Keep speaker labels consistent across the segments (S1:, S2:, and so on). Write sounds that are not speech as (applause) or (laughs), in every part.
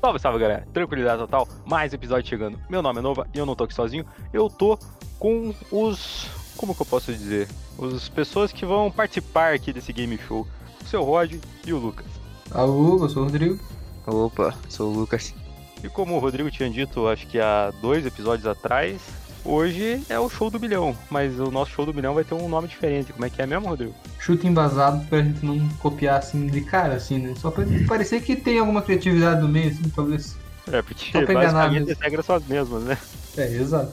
S1: Salve, salve, galera. Tranquilidade total. Mais episódio chegando. Meu nome é Nova e eu não tô aqui sozinho. Eu tô com os. Como que eu posso dizer? As pessoas que vão participar aqui desse game show. O seu Rod e o Lucas.
S2: Alô, eu sou o Rodrigo.
S3: Opa, sou o Lucas.
S1: E como o Rodrigo tinha dito, acho que há dois episódios atrás, hoje é o show do milhão. Mas o nosso show do milhão vai ter um nome diferente. Como é que é mesmo, Rodrigo?
S2: Chute embasado pra gente não copiar assim de cara, assim, né? Só pra
S1: Uhum.
S2: parecer que tem alguma criatividade no meio, assim, talvez.
S1: É, porque
S2: Só pra enganar
S1: basicamente
S2: mesmo.
S1: as regras são as mesmas, né?
S2: É, exato.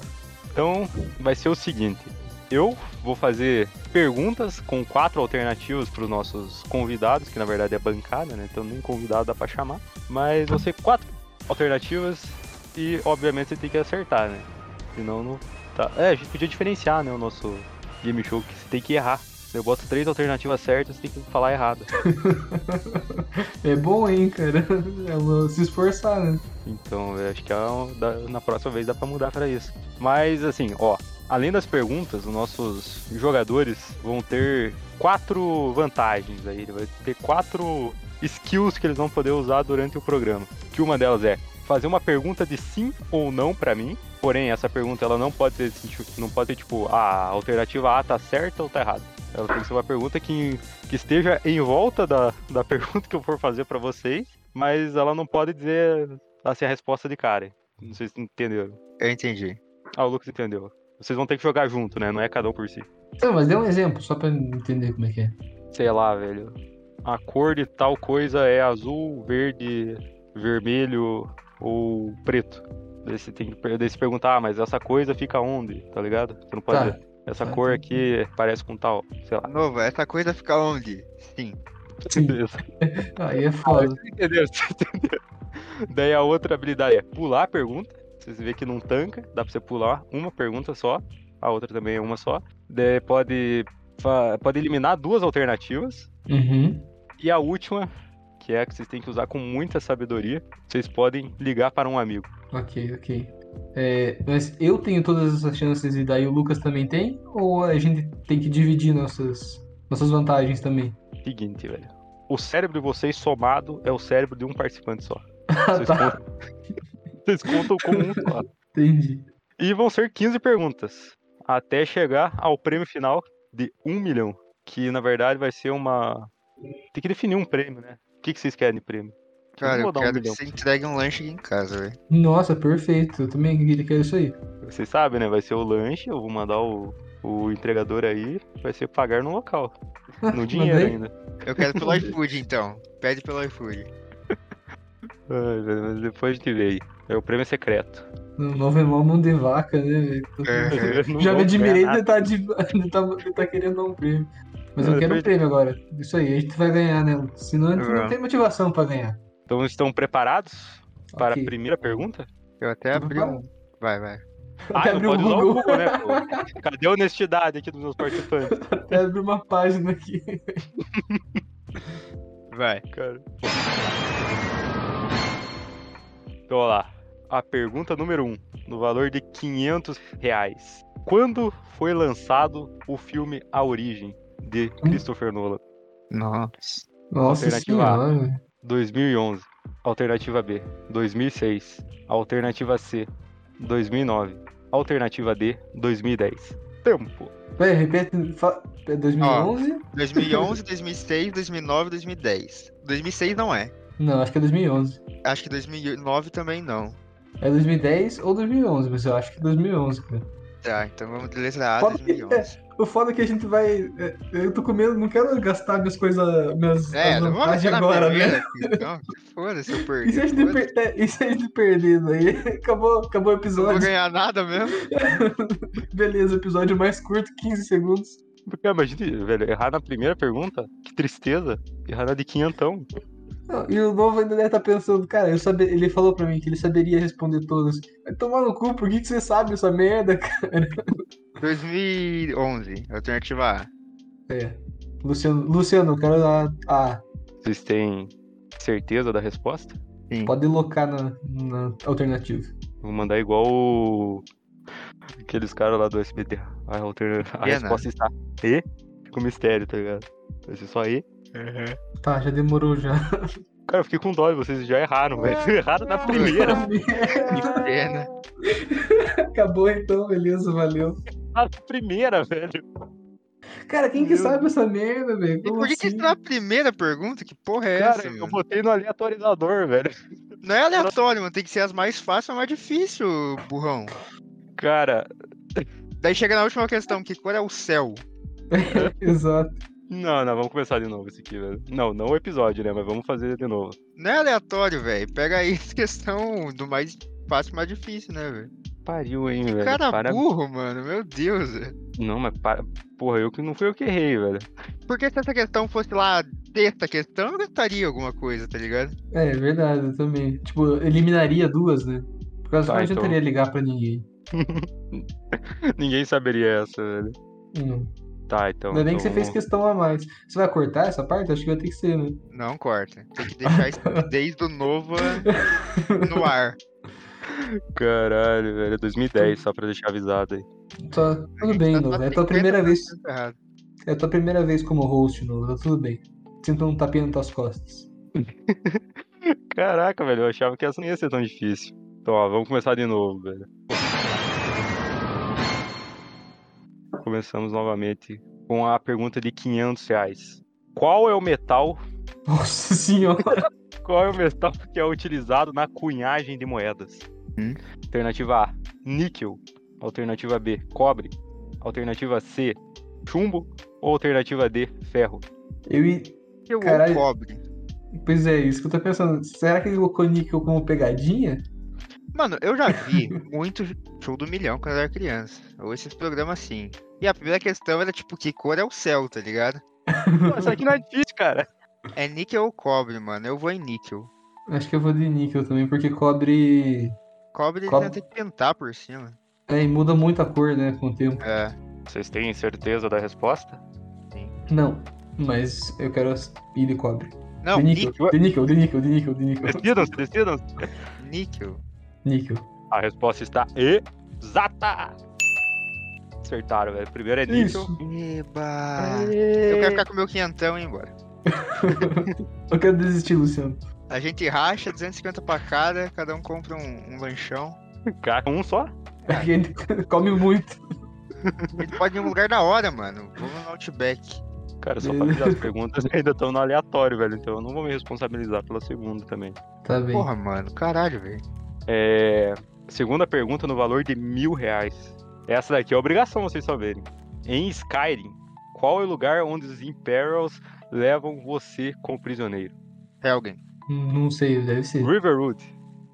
S1: Então, vai ser o seguinte: eu vou fazer perguntas com quatro alternativas para os nossos convidados, que na verdade é bancada, né? Então nem convidado dá para chamar, mas vão ser quatro alternativas e obviamente você tem que acertar, né? Senão não tá. É, a gente podia diferenciar, né, o nosso game show que você tem que errar. Eu boto três alternativas certas, você tem que falar errado.
S2: É bom, hein, cara? (laughs) É bom se esforçar, né?
S1: Então, eu acho que é um- dá- na próxima vez dá pra mudar pra isso. Mas, assim, ó, além das perguntas, os nossos jogadores vão ter quatro vantagens aí. Ele vai ter quatro skills que eles vão poder usar durante o programa. Que uma delas é fazer uma pergunta de sim ou não pra mim. Porém, essa pergunta ela não pode ser, assim, tipo, não pode ser tipo, a alternativa A tá certa ou tá errada. Ela tem que ser uma pergunta que, que esteja em volta da, da (laughs) pergunta que eu for fazer pra vocês, mas ela não pode dizer assim, a resposta de cara. Não sei se entenderam.
S3: Eu entendi.
S1: Ah, o Lucas entendeu. Vocês vão ter que jogar junto, né? Não é cada um por si.
S2: Não, mas dê um exemplo, só pra entender como é que é.
S1: Sei lá, velho. A cor de tal coisa é azul, verde, vermelho ou preto. Daí você tem que per- daí você perguntar, ah, mas essa coisa fica onde? Tá ligado? Você não pode
S2: Tá.
S1: dizer. Essa
S2: tá,
S1: cor aqui parece com tal, sei lá.
S3: Novo, essa coisa fica onde? Sim.
S2: Sim.
S1: Beleza.
S2: Aí é
S1: Ah,
S2: foda.
S1: você entendeu, (laughs) você entendeu. Daí a outra habilidade é pular a pergunta. Vocês vê que não tanca, dá pra você pular uma pergunta só, a outra também é uma só. Daí pode, fa- pode eliminar duas alternativas.
S2: Uhum.
S1: E a última, que é a que vocês têm que usar com muita sabedoria, vocês podem ligar para um amigo.
S2: Ok, ok. É, mas eu tenho todas essas chances e daí o Lucas também tem? Ou a gente tem que dividir nossas, nossas vantagens também?
S1: Seguinte, velho. O cérebro de vocês somado é o cérebro de um participante só.
S2: (laughs) Ah,
S1: Vocês,
S2: tá.
S1: contam, vocês contam com um só.
S2: Entendi.
S1: E vão ser 15 perguntas, até chegar ao prêmio final de 1 milhão, que na verdade vai ser uma... Tem que definir um prêmio, né? O que, que vocês querem de prêmio?
S3: Cara,
S1: vou
S3: eu
S1: dar um
S3: quero que
S1: milhão.
S3: você entregue um lanche aqui em casa, velho.
S2: Nossa, perfeito. Eu também queria quero isso aí.
S1: Vocês sabem, né? Vai ser o lanche, eu vou mandar o, o entregador aí, vai ser pagar no
S2: (laughs)
S1: local, no dinheiro
S2: Mandei.
S1: ainda.
S3: Eu quero pelo iFood, então. Pede pelo iFood.
S1: Ai, velho, mas depois a gente vê aí. É o prêmio secreto.
S2: No novo é mó mão de vaca, né? velho?
S3: (laughs) É,
S1: Não
S2: Já me
S1: vão
S2: admirei né, tá
S1: ganhar
S2: de (laughs) estar querendo dar um prêmio. Mas
S1: Não,
S2: eu quero
S1: depois-
S2: um prêmio agora. Isso aí, a gente vai ganhar, né? Senão a gente não
S3: É.
S2: tem motivação pra ganhar.
S1: Então estão preparados para é
S2: Ok.
S1: a primeira pergunta?
S3: Eu até
S2: Tudo
S3: abri um. Vai, vai.
S1: Ah, não
S2: abri o
S1: pode usar o
S2: Google.
S1: Google, né, pô? Cadê a honestidade aqui dos meus participantes?
S2: Até abrir uma página aqui.
S3: Vai.
S1: Cara. Então, olha lá. A pergunta número 1, um, no valor de 500 reais. Quando foi lançado o filme A Origem, de Christopher Nolan?
S3: Nossa.
S2: Nossa
S1: Alternativa A.
S2: senhora. velho.
S1: 2011. Alternativa B, 2006. Alternativa C, 2009. Alternativa D, 2010. Tempo.
S2: Pera, repete. fa- É 2011?
S3: 2011, 2006, 2009, 2010. 2006 não é.
S2: Não, acho que é 2011.
S3: Acho que 2009 também não.
S2: É 2010 ou 2011, mas eu acho que é 2011, cara.
S3: Tá, então vamos de letra A,
S2: Pode-
S3: 2011.
S2: O foda é que a gente vai. é, Eu tô com medo, não quero gastar minhas coisas. Minhas
S3: É,
S2: as
S3: não vamos
S2: vantagens
S3: ficar na
S2: Tá agora, né?
S3: primeira aqui, então. Foda-se, eu
S2: E se a
S3: perdi.
S2: gente,
S3: foda-se.
S2: per... é, e se a gente perder daí? (laughs) Acabou, acabou o
S3: Não vou
S2: episódio.
S3: ganhar nada mesmo.
S2: Beleza, episódio mais curto, 15 segundos.
S1: Porque imagina, velho, errar na primeira pergunta, que tristeza. Errar na de quinhentão.
S2: Não, E o novo ainda deve estar pensando, cara, eu sabe... ele falou pra mim que ele saberia responder todas. Vai tomar no cu, por que, que você sabe essa merda, (laughs) cara?
S3: 2011, alternativa A.
S2: É. Luciano, Luciano, eu quero ah, a. a-
S1: Vocês têm certeza da resposta?
S2: pode locar na, na alternativa.
S1: Vou mandar igual o... aqueles caras lá do SBT. A, alterna- a
S3: E é
S1: resposta está E. Fica um mistério, tá ligado? Vai ser só E.
S3: (laughs)
S2: Tá, já demorou já.
S1: Cara, eu fiquei com dó de vocês, já erraram, velho. (laughs) Erraram na primeira.
S3: Que pena.
S2: (laughs) Acabou então, beleza, valeu.
S1: Na primeira, velho.
S2: Cara, quem que
S1: Meu
S2: sabe essa merda, velho?
S3: E
S2: Como
S3: por que que
S2: assim?
S3: isso não é a primeira pergunta? Que porra é
S1: Cara,
S3: essa?
S1: eu
S3: mano?
S1: botei no aleatorizador, velho.
S3: Não é aleatório, mano. Tem que ser as mais fáceis ou mais difíceis, burrão.
S1: Cara,
S3: Daí chega na última questão, que cor é o céu?
S2: Exato.
S1: não, não, vamos começar de novo esse aqui, velho. Não, não o episódio, né? Mas vamos fazer de novo.
S3: Não é aleatório, velho. Pega aí (laughs) a questão do mais fácil pro mais difícil, né, velho?
S1: Pariu, hein, velho.
S3: Cara
S1: Para-
S3: burro, mano. Meu Deus, velho.
S1: Não, mas para. Porra, eu que não fui eu que errei, velho. (laughs)
S3: Porque se essa questão fosse lá, sexta questão, eu gastaria alguma coisa, tá ligado?
S2: É, é verdade, eu também. Tipo, eliminaria duas, né? Por
S1: Tá,
S2: causa que não
S1: então.
S2: adiantaria ligar pra ninguém.
S1: Ninguém saberia essa, velho.
S2: Não.
S1: Tá, então.
S2: Ainda bem que
S1: então
S2: você fez
S1: vamos-
S2: questão a mais. Você vai cortar essa parte? Acho que vai ter que ser, né?
S3: Não corta. Tem que deixar isso desde
S1: (laughs)
S3: o Nova no ar.
S1: Caralho, velho. é 2010, só pra deixar avisado aí.
S2: Só- Tudo
S3: tá
S2: bem, Nova. É a tua primeira vez.
S3: Errado.
S2: É a tua primeira vez como host, Nova. Tá tudo bem. Sinta um tapinha nas tuas costas. (laughs)
S1: Caraca, velho, eu achava que essa não ia ser tão difícil. Então, ó, vamos começar de novo, velho. Começamos novamente com a pergunta de 500 reais. Qual é o metal?
S2: Nossa senhora.
S1: Qual é o metal (laughs) que é utilizado na cunhagem de moedas?
S3: Hum?
S1: Alternativa A: níquel. Alternativa B: cobre. Alternativa C: chumbo. Ou alternativa D: ferro.
S2: Eu i-
S3: Que o
S2: Caralho.
S3: cobre.
S2: Pois é, isso que eu tô pensando. Será que ele colocou níquel como pegadinha?
S3: Mano, eu já vi muito show do milhão quando eu era criança. Ou esses programas assim. E a primeira questão era tipo, que cor é o céu, tá ligado?
S1: Pô, Isso aqui não é difícil, cara.
S3: É níquel ou cobre, mano? Eu vou em níquel.
S2: Acho que eu vou de níquel também, porque cobre. Cobre.
S3: Cobre, cobre. tem que pintar por cima.
S2: É, e muda muito a cor, né, com o tempo.
S3: É.
S1: Vocês têm certeza da resposta?
S2: Não, mas eu quero ir de cobre.
S3: Não,
S1: É
S2: de níquel,
S3: níquel.
S1: níquel.
S2: de níquel, de níquel, de níquel, de níquel.
S1: Decidam-se, decidam-se.
S3: níquel.
S2: Níquel.
S1: A resposta está exata! Acertaram, velho. Primeiro é níquel.
S2: Isso.
S3: Eba. Eu quero ficar com o meu quinhentão e ir embora.
S2: Eu quero desistir, Luciano.
S3: A gente racha 250 pra cada, cada um compra um, um lanchão.
S1: Cara, um só?
S2: A gente (laughs) come muito.
S3: A gente pode ir num lugar da hora, mano. Vamos no Outback.
S1: Cara, só pra avisar, as perguntas né? ainda estão no aleatório, velho. Então eu não vou me responsabilizar pela segunda também.
S2: Tá bem.
S3: Porra, mano. Caralho, velho.
S1: É. Segunda pergunta no valor de mil reais. Essa daqui é obrigação vocês saberem. Em Skyrim, qual é o lugar onde os Imperials levam você como prisioneiro?
S3: Helgen.
S2: Não sei, deve ser.
S1: Riverwood,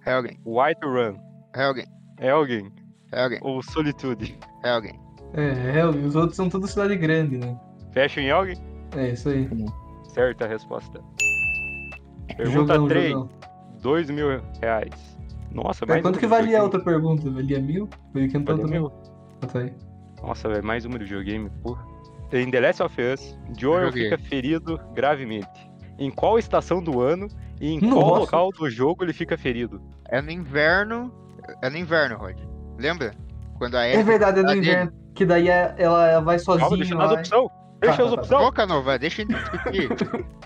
S3: Helgen.
S1: Whiterun, É
S3: Helgen.
S1: Elgin
S3: Helgen.
S1: ou Solitude?
S3: Helgen.
S2: É, é, os outros são todos cidade grande, né?
S1: Fecha em Elgin?
S2: É, isso aí.
S1: Certa resposta. Pergunta
S2: Jogão,
S1: 3,
S2: é um jogão.
S1: 2 mil reais. Nossa,
S2: Mas
S1: É mais
S2: quanto
S1: uma
S2: que
S1: do
S2: valia a
S1: videogame.
S2: outra pergunta? Valia mil? Valia quinhentos
S1: Valia
S2: também?
S1: mil.
S2: Ah, tá aí.
S1: Nossa, velho, mais uma do videogame, porra. Em The Last of Us, Joel
S3: Joguei.
S1: fica ferido gravemente. Em qual estação do ano e em qual
S2: Nossa.
S1: local do jogo ele fica ferido?
S3: É no inverno. É no inverno, Rod. Lembra? Quando a
S2: É
S3: Ellie
S2: verdade, é no
S3: Cadê?
S2: inverno. Que daí a- ela vai
S1: Calma,
S2: sozinha
S1: deixa
S2: lá.
S1: nas opções. Deixa
S2: Tá,
S1: as
S2: tá, tá.
S1: opções.
S3: Ô, Canova, deixa eu
S1: (laughs)
S3: discutir.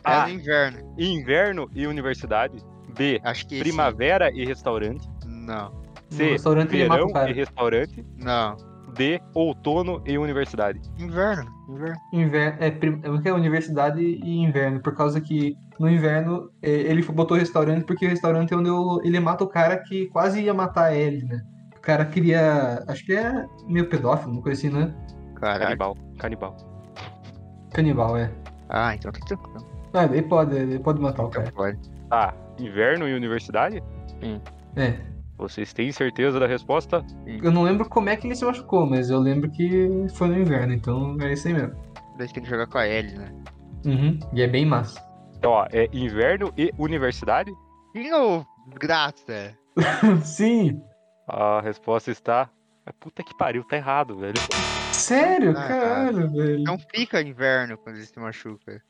S1: Ah.
S3: É no inverno.
S1: Inverno e universidade. B.
S3: Acho que esse-
S1: Primavera e restaurante.
S3: Não,
S2: No
S1: C.
S2: restaurante ele mata
S1: Verão
S2: o cara.
S1: e restaurante.
S3: não.
S1: D. Outono e universidade.
S3: Inverno, inverno.
S2: Inverno, é, prim- é porque é universidade e inverno, por causa que no inverno é, ele botou restaurante, porque o restaurante é onde eu- ele mata o cara que quase ia matar ele, né? O cara queria. Acho que é meio pedófilo, não coisa assim, né?
S3: Caralho.
S1: Canibal. Canibal.
S2: Canibal, é.
S3: Ah, então tá tranquilo.
S2: Ah, ele pode, ele pode matar o
S3: Então
S2: cara.
S3: pode.
S1: Tá. Inverno e universidade?
S2: É.
S1: Vocês têm certeza da resposta?
S2: Eu não lembro como é que ele se machucou, mas eu lembro que foi no inverno, então é isso aí mesmo.
S3: Daí tem que jogar com a Ellie, né?
S2: Uhum. E é bem massa.
S1: Então, ó, é inverno e universidade?
S3: Sim, ô graça.
S2: (laughs) Sim!
S1: A resposta está. Ah, Puta que pariu, tá errado, velho.
S2: Sério?
S3: Ah,
S2: Caralho, velho.
S3: Não fica inverno quando ele se machuca.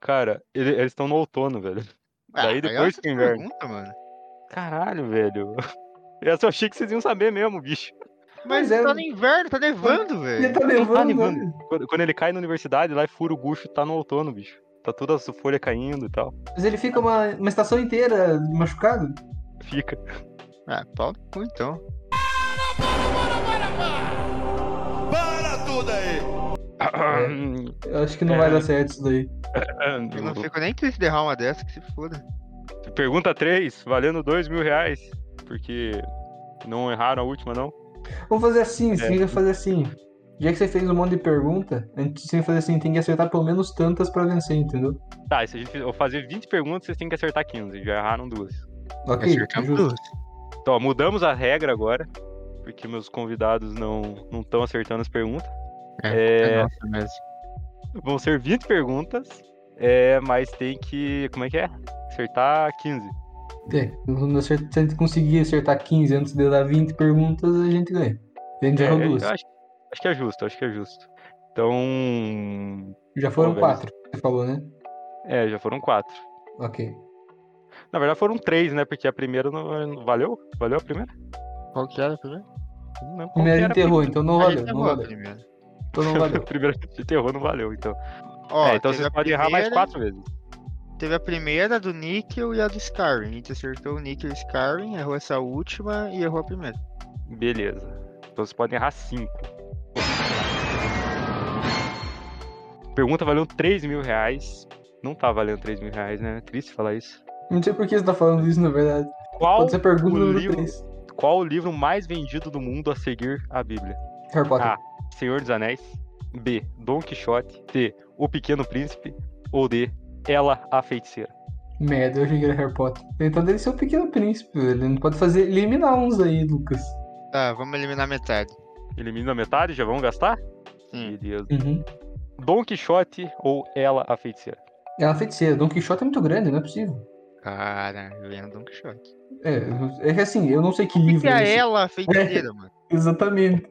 S1: Cara, ele- eles estão no outono, velho. Daí
S3: mas
S1: depois
S3: olha
S1: que
S3: essa
S1: inverno.
S3: é Pergunta, mano.
S1: Caralho, velho. (laughs) Essa eu achei que vocês iam saber mesmo, bicho.
S3: Mas
S2: Mas é-
S3: tá no inverno, tá nevando,
S2: Ele
S3: velho.
S2: tá
S1: Não tá
S2: levando. né?
S1: nevando. Quando, quando ele cai na universidade, lá e fura o gucho, tá no outono, bicho. Tá toda as folhas caindo e tal.
S2: Mas ele fica uma, uma estação inteira machucado?
S1: Fica.
S3: Ah, pau no cu então.
S4: Para tudo aí!
S1: É.
S2: Eu acho que não vai dar certo isso daí.
S3: Eu não fico nem triste de derrar uma dessa, que se foda.
S1: Pergunta 3, valendo dois mil reais. Porque não erraram a última, não.
S2: Vamos fazer
S1: É.
S2: assim, você tem que fazer assim. Já que você fez um monte de pergunta, a gente tem que fazer assim, tem que acertar pelo menos tantas pra vencer, entendeu?
S1: Tá, e se a gente eu fazer 20 perguntas, vocês têm que acertar 15. Já erraram duas.
S2: Ok? justo.
S1: Então, ó, mudamos a regra agora, porque meus convidados não estão acertando as perguntas. É,
S3: é nossa mesmo.
S1: Vão ser 20 perguntas, é, mas tem que. Como é que é? Acertar 15.
S2: É, quando acertar- se a gente conseguir acertar 15 antes de dar 20 perguntas, a gente ganha. A gente já errou
S1: É,
S2: duas.
S1: eu acho, acho que é justo, acho que é justo. Então.
S2: Já foram
S1: Talvez.
S2: quatro, você falou, né?
S1: É, já foram quatro.
S2: Ok.
S1: Na verdade foram três, né? Porque a primeira não. não- Valeu? Valeu a primeira?
S3: Qual que era primeiro?
S1: Não lembro qual que
S2: Primeiro a
S1: era a
S2: gente errou, então não
S3: A
S2: valeu,
S3: gente
S2: não
S3: errou a
S2: valeu.
S3: primeira.
S2: Então não valeu.
S1: Primeiro de terror não valeu, então.
S3: Ó,
S1: é, então
S3: teve
S1: vocês
S3: a
S1: podem errar mais
S3: primeira-
S1: quatro vezes.
S3: Teve a primeira do Níquel e a do Skyrim. A gente acertou o Níquel e o Skyrim, errou essa última e errou a primeira.
S1: Beleza. Então vocês podem errar cinco. Pergunta valendo 3 mil reais. Não tá valendo 3 mil reais, né? É triste falar isso.
S2: Não sei por que você tá falando isso, na verdade.
S1: Qual,
S2: Quando você pergunta
S1: o
S2: o número
S1: livro-
S2: 3.
S1: qual o livro mais vendido do mundo a seguir a Bíblia?
S2: Harry Potter.
S1: Ah. Senhor dos Anéis. B. Dom Quixote. C. O Pequeno Príncipe. Ou D. Ela, a Feiticeira.
S2: Merda, eu achei que era Harry Potter. Então deve ser o Pequeno Príncipe, velho. Ele não pode fazer eliminar uns aí, Lucas.
S3: Tá, vamos eliminar metade.
S1: Elimina a metade, já vamos gastar?
S3: Sim.
S1: Beleza.
S2: Uhum.
S1: Dom Quixote ou Ela, a Feiticeira?
S2: É uma feiticeira. Dom Quixote é muito grande, não é possível.
S3: Cara, vendo
S1: um
S3: Don Quixote.
S2: É, é que assim, eu não sei que
S3: O que,
S2: livro
S3: que é
S2: esse.
S3: ela, (laughs) a feiticeira, mano?
S2: Exatamente.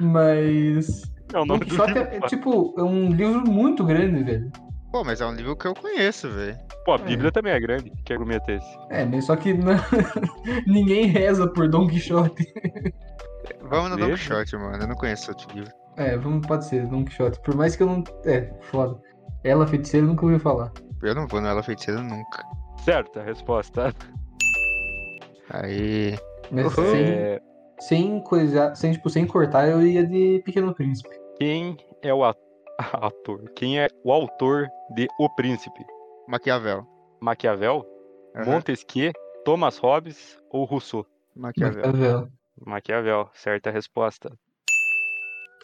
S2: Mas.
S1: É o
S2: Don
S1: nome do
S2: Quixote
S1: livro.
S2: é, é tipo, é um livro muito grande, velho.
S3: Pô, mas é um livro que eu conheço, velho.
S1: Pô, a Bíblia também é grande. Que argumento é esse?
S2: É, mas só que não- (laughs) ninguém reza por Dom Quixote.
S3: Vamos no Don
S1: Mesmo?
S3: Quixote, mano. Eu não conheço outro livro.
S2: É, vamos, pode ser Dom Quixote. Por mais que eu não. É, foda. Ela, feiticeira, eu nunca ouvi falar.
S3: Eu não vou no Ela Feiticeira nunca.
S1: Certa resposta.
S3: Aí.
S2: Mas
S3: Uhum.
S2: sem,
S1: É,
S2: sem coisa. Sem, tipo, sem cortar, eu ia de Pequeno Príncipe.
S1: quem é o a- (laughs) ator? Quem é o autor de O Príncipe?
S3: Maquiavel.
S1: Maquiavel?
S3: Aham,
S1: Montesquieu? Thomas Hobbes ou Rousseau?
S3: Maquiavel.
S2: Maquiavel.
S1: Maquiavel, certa resposta.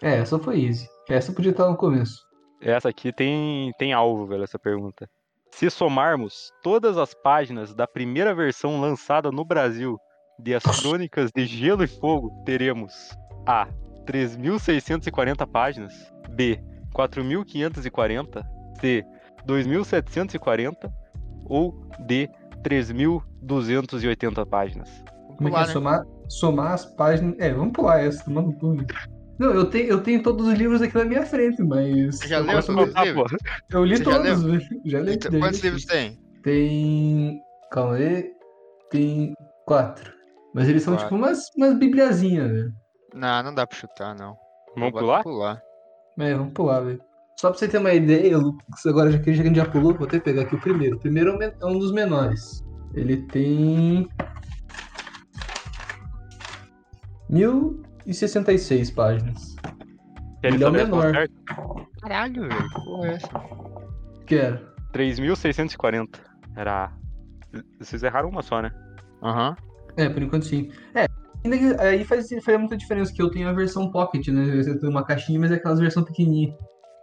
S2: É, essa foi easy. Essa podia estar no começo.
S1: Essa aqui tem, tem alvo, velho, essa pergunta. Se somarmos todas as páginas da primeira versão lançada no Brasil de As Crônicas de Gelo e Fogo, teremos A. 3.640 páginas. B. 4.540. C. 2.740. Ou D. 3.280 páginas.
S2: Como é que é?
S3: Pular, né?
S2: Somar, somar as páginas. É, vamos pular essa, tomando tudo. Não, eu tenho, eu tenho todos os livros aqui na minha frente, mas.
S3: Você já
S2: eu
S3: leu
S2: gosto-
S3: todos?
S1: Ah,
S3: livro.
S1: pô,
S2: Eu li
S3: Você já
S2: todos, velho. Já li
S3: Então,
S2: já
S3: quantos
S2: li.
S3: livros tem?
S2: Tem. Calma aí. Tem quatro. Mas eles são
S3: Quatro.
S2: tipo umas, umas bibliazinhas, né? velho.
S3: Não, não dá pra chutar, não.
S1: Vamos
S3: Vou
S1: pular?
S3: pular.
S2: É, vamos pular, velho. Só pra você ter uma ideia, Lucas, agora já que já que a gente já pulou, vou até pegar aqui o primeiro. O primeiro é o men- é um dos menores. Ele tem. 1066 páginas.
S1: Querem
S2: Ele é o
S1: saber a resposta
S2: menor.
S1: certa?
S3: Caralho, velho. que Porra, é essa?
S2: Quero.
S1: 3.640. Era A. Vocês erraram uma só, né?
S3: Aham.
S2: É, por enquanto sim. É, ainda que- aí faz, faz muita diferença que eu tenho a versão pocket, né? Você tem uma caixinha, mas é aquelas versão pequenininha.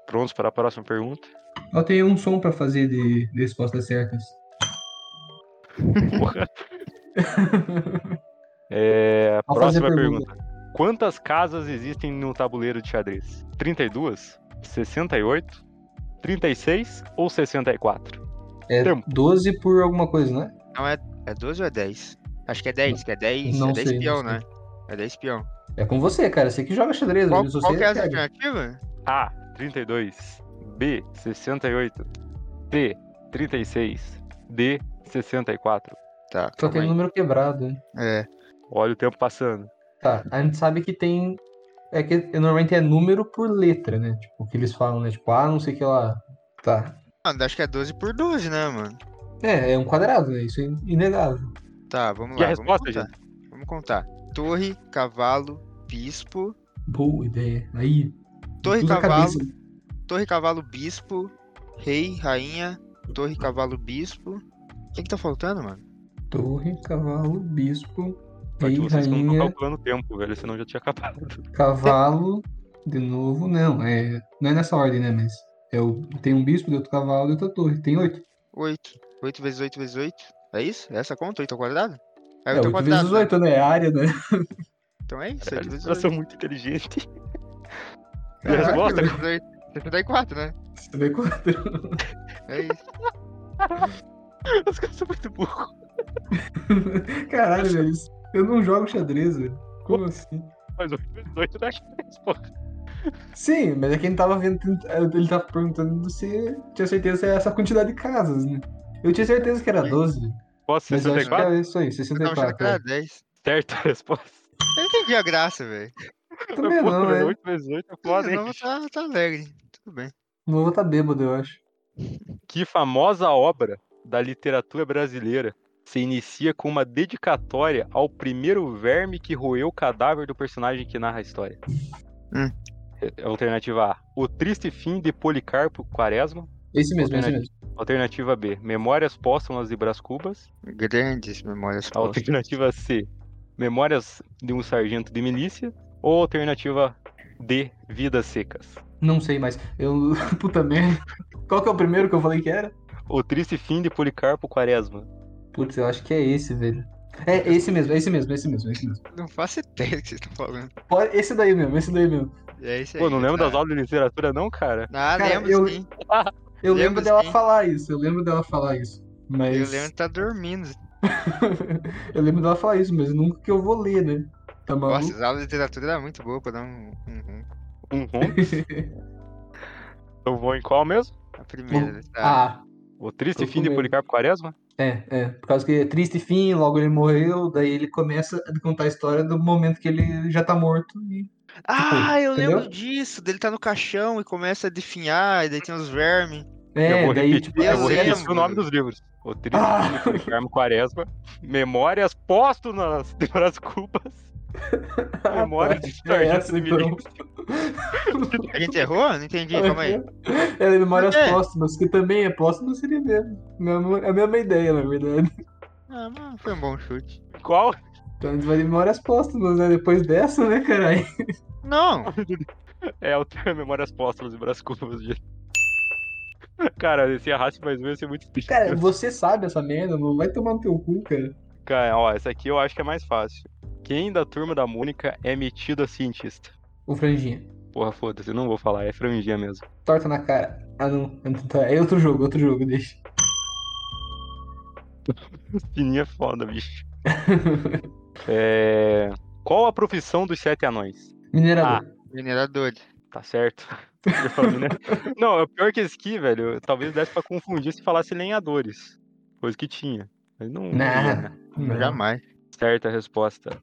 S1: Prontos para a próxima
S2: (laughs)
S1: pergunta?
S2: Eu tenho um som pra fazer de, de respostas certas.
S1: Porra. É, a
S2: Vou fazer
S1: próxima pergunta. Quantas casas existem no tabuleiro de xadrez? 32, 68, 36 ou 64?
S2: É
S3: Então.
S1: Tempo.
S2: 12 por alguma coisa, né?
S3: Não, é, é 12 ou é 10? Acho que é 10, que é 10,
S2: Não
S3: é 10
S2: sei,
S3: peão,
S2: não
S3: né?
S2: sei.
S3: É 10 peão.
S2: É com você, cara. Você que joga xadrez,
S3: Qual,
S2: eu sou
S3: qual
S2: você,
S3: que é as
S2: cara.
S3: alternativas?
S1: A, 32, B, 68, C, 36, D, 64.
S3: Tá,
S2: Só
S3: calma
S2: tem
S3: aí.
S2: número quebrado, né?
S3: É,
S1: Olha o tempo passando.
S2: Tá, a gente sabe que tem. É que normalmente é número por letra, né? Tipo, o que eles falam, né? Tipo, ah, não sei o que lá. Tá.
S3: Mano, acho que é 12 por 12, né, mano?
S2: É, é um quadrado, né? Isso é inegável.
S3: Tá, vamos
S1: E
S3: lá.
S1: a resposta,
S3: vamos contar. Vamos contar. Torre, cavalo, bispo.
S2: Boa ideia. Aí.
S3: Torre,
S2: tudo na
S3: cavalo,
S2: cabeça.
S3: torre, cavalo, bispo. Rei, rainha, torre, cavalo, bispo. Quem que tá faltando, mano?
S2: Torre, cavalo, bispo,
S1: Só
S2: rei,
S1: que vocês não estão
S2: rainha,
S1: calculando o tempo, velho, senão eu já tinha acabado.
S2: cavalo, de novo, não, é, não é nessa ordem, né, mas é o, tem um bispo, de outro cavalo, de outra torre, tem oito.
S3: 8. 8 vezes 8 vezes 8. É isso? É essa a conta? 8 ao quadrado?
S2: É,
S3: É 8 ao
S2: oito
S3: quadrado.
S2: vezes
S3: né?
S2: oito, né, é área, né?
S3: Então é isso,
S1: Cara,
S3: 8
S1: Os
S3: vezes
S1: caras
S3: 8.
S1: são muito inteligentes.
S3: É
S1: E a
S2: Caraca,
S1: (laughs) resposta?
S2: velho.
S3: 74, né?
S2: (laughs) Você vê quatro.
S3: É isso.
S1: Os caras são muito burros.
S2: Caralho, velho, isso- eu não jogo xadrez, velho. Como assim?
S1: Mas 8 vezes 8 dá 10, né? pô.
S2: Sim, mas é que ele tava vendo, ele tava perguntando se tinha certeza se era essa quantidade de casas, né? Eu tinha certeza que era 12,
S1: Posso
S2: mas eu acho que
S1: 64?
S2: era isso aí,
S3: Eu tava achando que
S2: 64.
S3: era
S2: é.
S3: 10.
S1: Certa (laughs) a resposta.
S3: tá Eu não entendi a graça,
S2: (laughs)
S3: velho.
S2: Também não, é.
S1: 8 vezes 8 é foda,
S3: O
S2: né,
S1: hein?
S3: novo tá, tá alegre. Tudo bem.
S2: Não vou estar bêbado, eu acho.
S1: Que famosa obra da literatura brasileira se inicia com uma dedicatória ao primeiro verme que roeu o cadáver do personagem que narra a história?
S3: Hum.
S1: É- Alternativa A: O Triste Fim de Policarpo Quaresma.
S2: Esse mesmo, esse
S1: Alternativa.
S2: mesmo.
S1: Alternativa B: Memórias Póstumas de Brás Cubas.
S3: Grandes memórias
S1: Tá
S3: postas.
S1: Alternativa C: Memórias de um Sargento de Milícia. Ou alternativa D: Vidas Secas.
S2: Não sei mais. Eu. (laughs) Puta merda. Qual que é o primeiro que eu falei que era?
S1: O Triste Fim de Policarpo Quaresma.
S2: Putz, eu acho que é esse, velho. É esse mesmo, é esse mesmo, é esse mesmo, é esse mesmo.
S3: Não faço ideia do que vocês estão falando.
S2: Pode- Esse daí mesmo, esse daí mesmo.
S3: É isso aí.
S1: Pô, não lembro das
S3: tá.
S1: aulas de literatura, não, cara?
S3: Ah,
S2: Cara,
S3: lembro
S2: eu-
S3: sim.
S2: Eu
S3: Lembra
S2: lembro dela
S3: sim.
S2: falar isso, eu lembro dela falar é isso. Mas.
S3: Eu lembro que tá dormindo.
S2: eu lembro dela falar isso, mas nunca que eu vou ler, né? Tá maluco?
S3: Nossa, as aulas de literatura era muito boa pra dar um. um- um-
S1: Um
S3: (laughs)
S1: Honks? Eu vou em qual mesmo?
S3: A primeira. tá?
S2: Ah,
S1: O Triste
S2: Tô
S1: Fim
S2: com
S1: de
S2: medo.
S1: Policarpo Quaresma?
S2: é, é. Por causa que é triste fim, logo ele morreu, daí ele começa a contar a história do momento que ele já tá morto e.
S3: Ah, eu
S2: tipo, entendeu?
S3: lembro disso. Dele tá no caixão e começa a definhar, e daí tem uns vermes.
S1: eu
S2: É,
S1: vou
S2: daí,
S1: repetir,
S2: tipo,
S1: eu vou
S3: eu
S1: repetir
S3: lembro.
S1: o nome dos livros. O Triste
S2: Ah!
S1: Fim de Policarpo Quaresma, Memórias (laughs) Póstumas de Brás Cubas, Memórias de
S2: Ah, É
S1: Sargento
S2: essa,
S1: de
S2: então.
S1: Milícia.
S3: A gente errou? Não entendi,
S2: (laughs)
S3: calma aí.
S2: É de memórias
S3: É.
S2: póstumas, que também é póstuma, seria mesmo. Mesmo- É a mesma ideia, na verdade.
S3: Ah, mas foi um bom chute.
S1: Qual?
S2: Então a gente vai de memórias póstumas, né? Depois dessa, né, caralho?
S3: Não!
S2: (laughs)
S1: É o termo Memórias Póstumas de Brás Cubas. gente. Cara, se arraste mais um ia ser muito triste.
S2: (laughs) Cara, você sabe essa merda, não vai tomar no teu cu, cara.
S1: Cara, ó, essa aqui eu acho que é mais fácil. Quem da turma da Mônica é metido a cientista?
S2: O franjinha.
S1: Porra, foda-se, eu não vou falar, é franjinha mesmo. (laughs)
S2: Torta na cara. Ah, não. Tá, É outro jogo, outro jogo, deixa.
S1: Fininha é foda, bicho. É... Qual a profissão dos sete anões?
S2: Minerador.
S3: Minerador.
S1: Tá certo. (laughs) Eu ia falar, né? Não, é pior que esqui, velho. Talvez desse pra confundir se falasse lenhadores. Coisa que tinha. Mas não. não
S2: Nah.
S1: ia, né?
S2: Não.
S3: Jamais.
S1: Certa a resposta.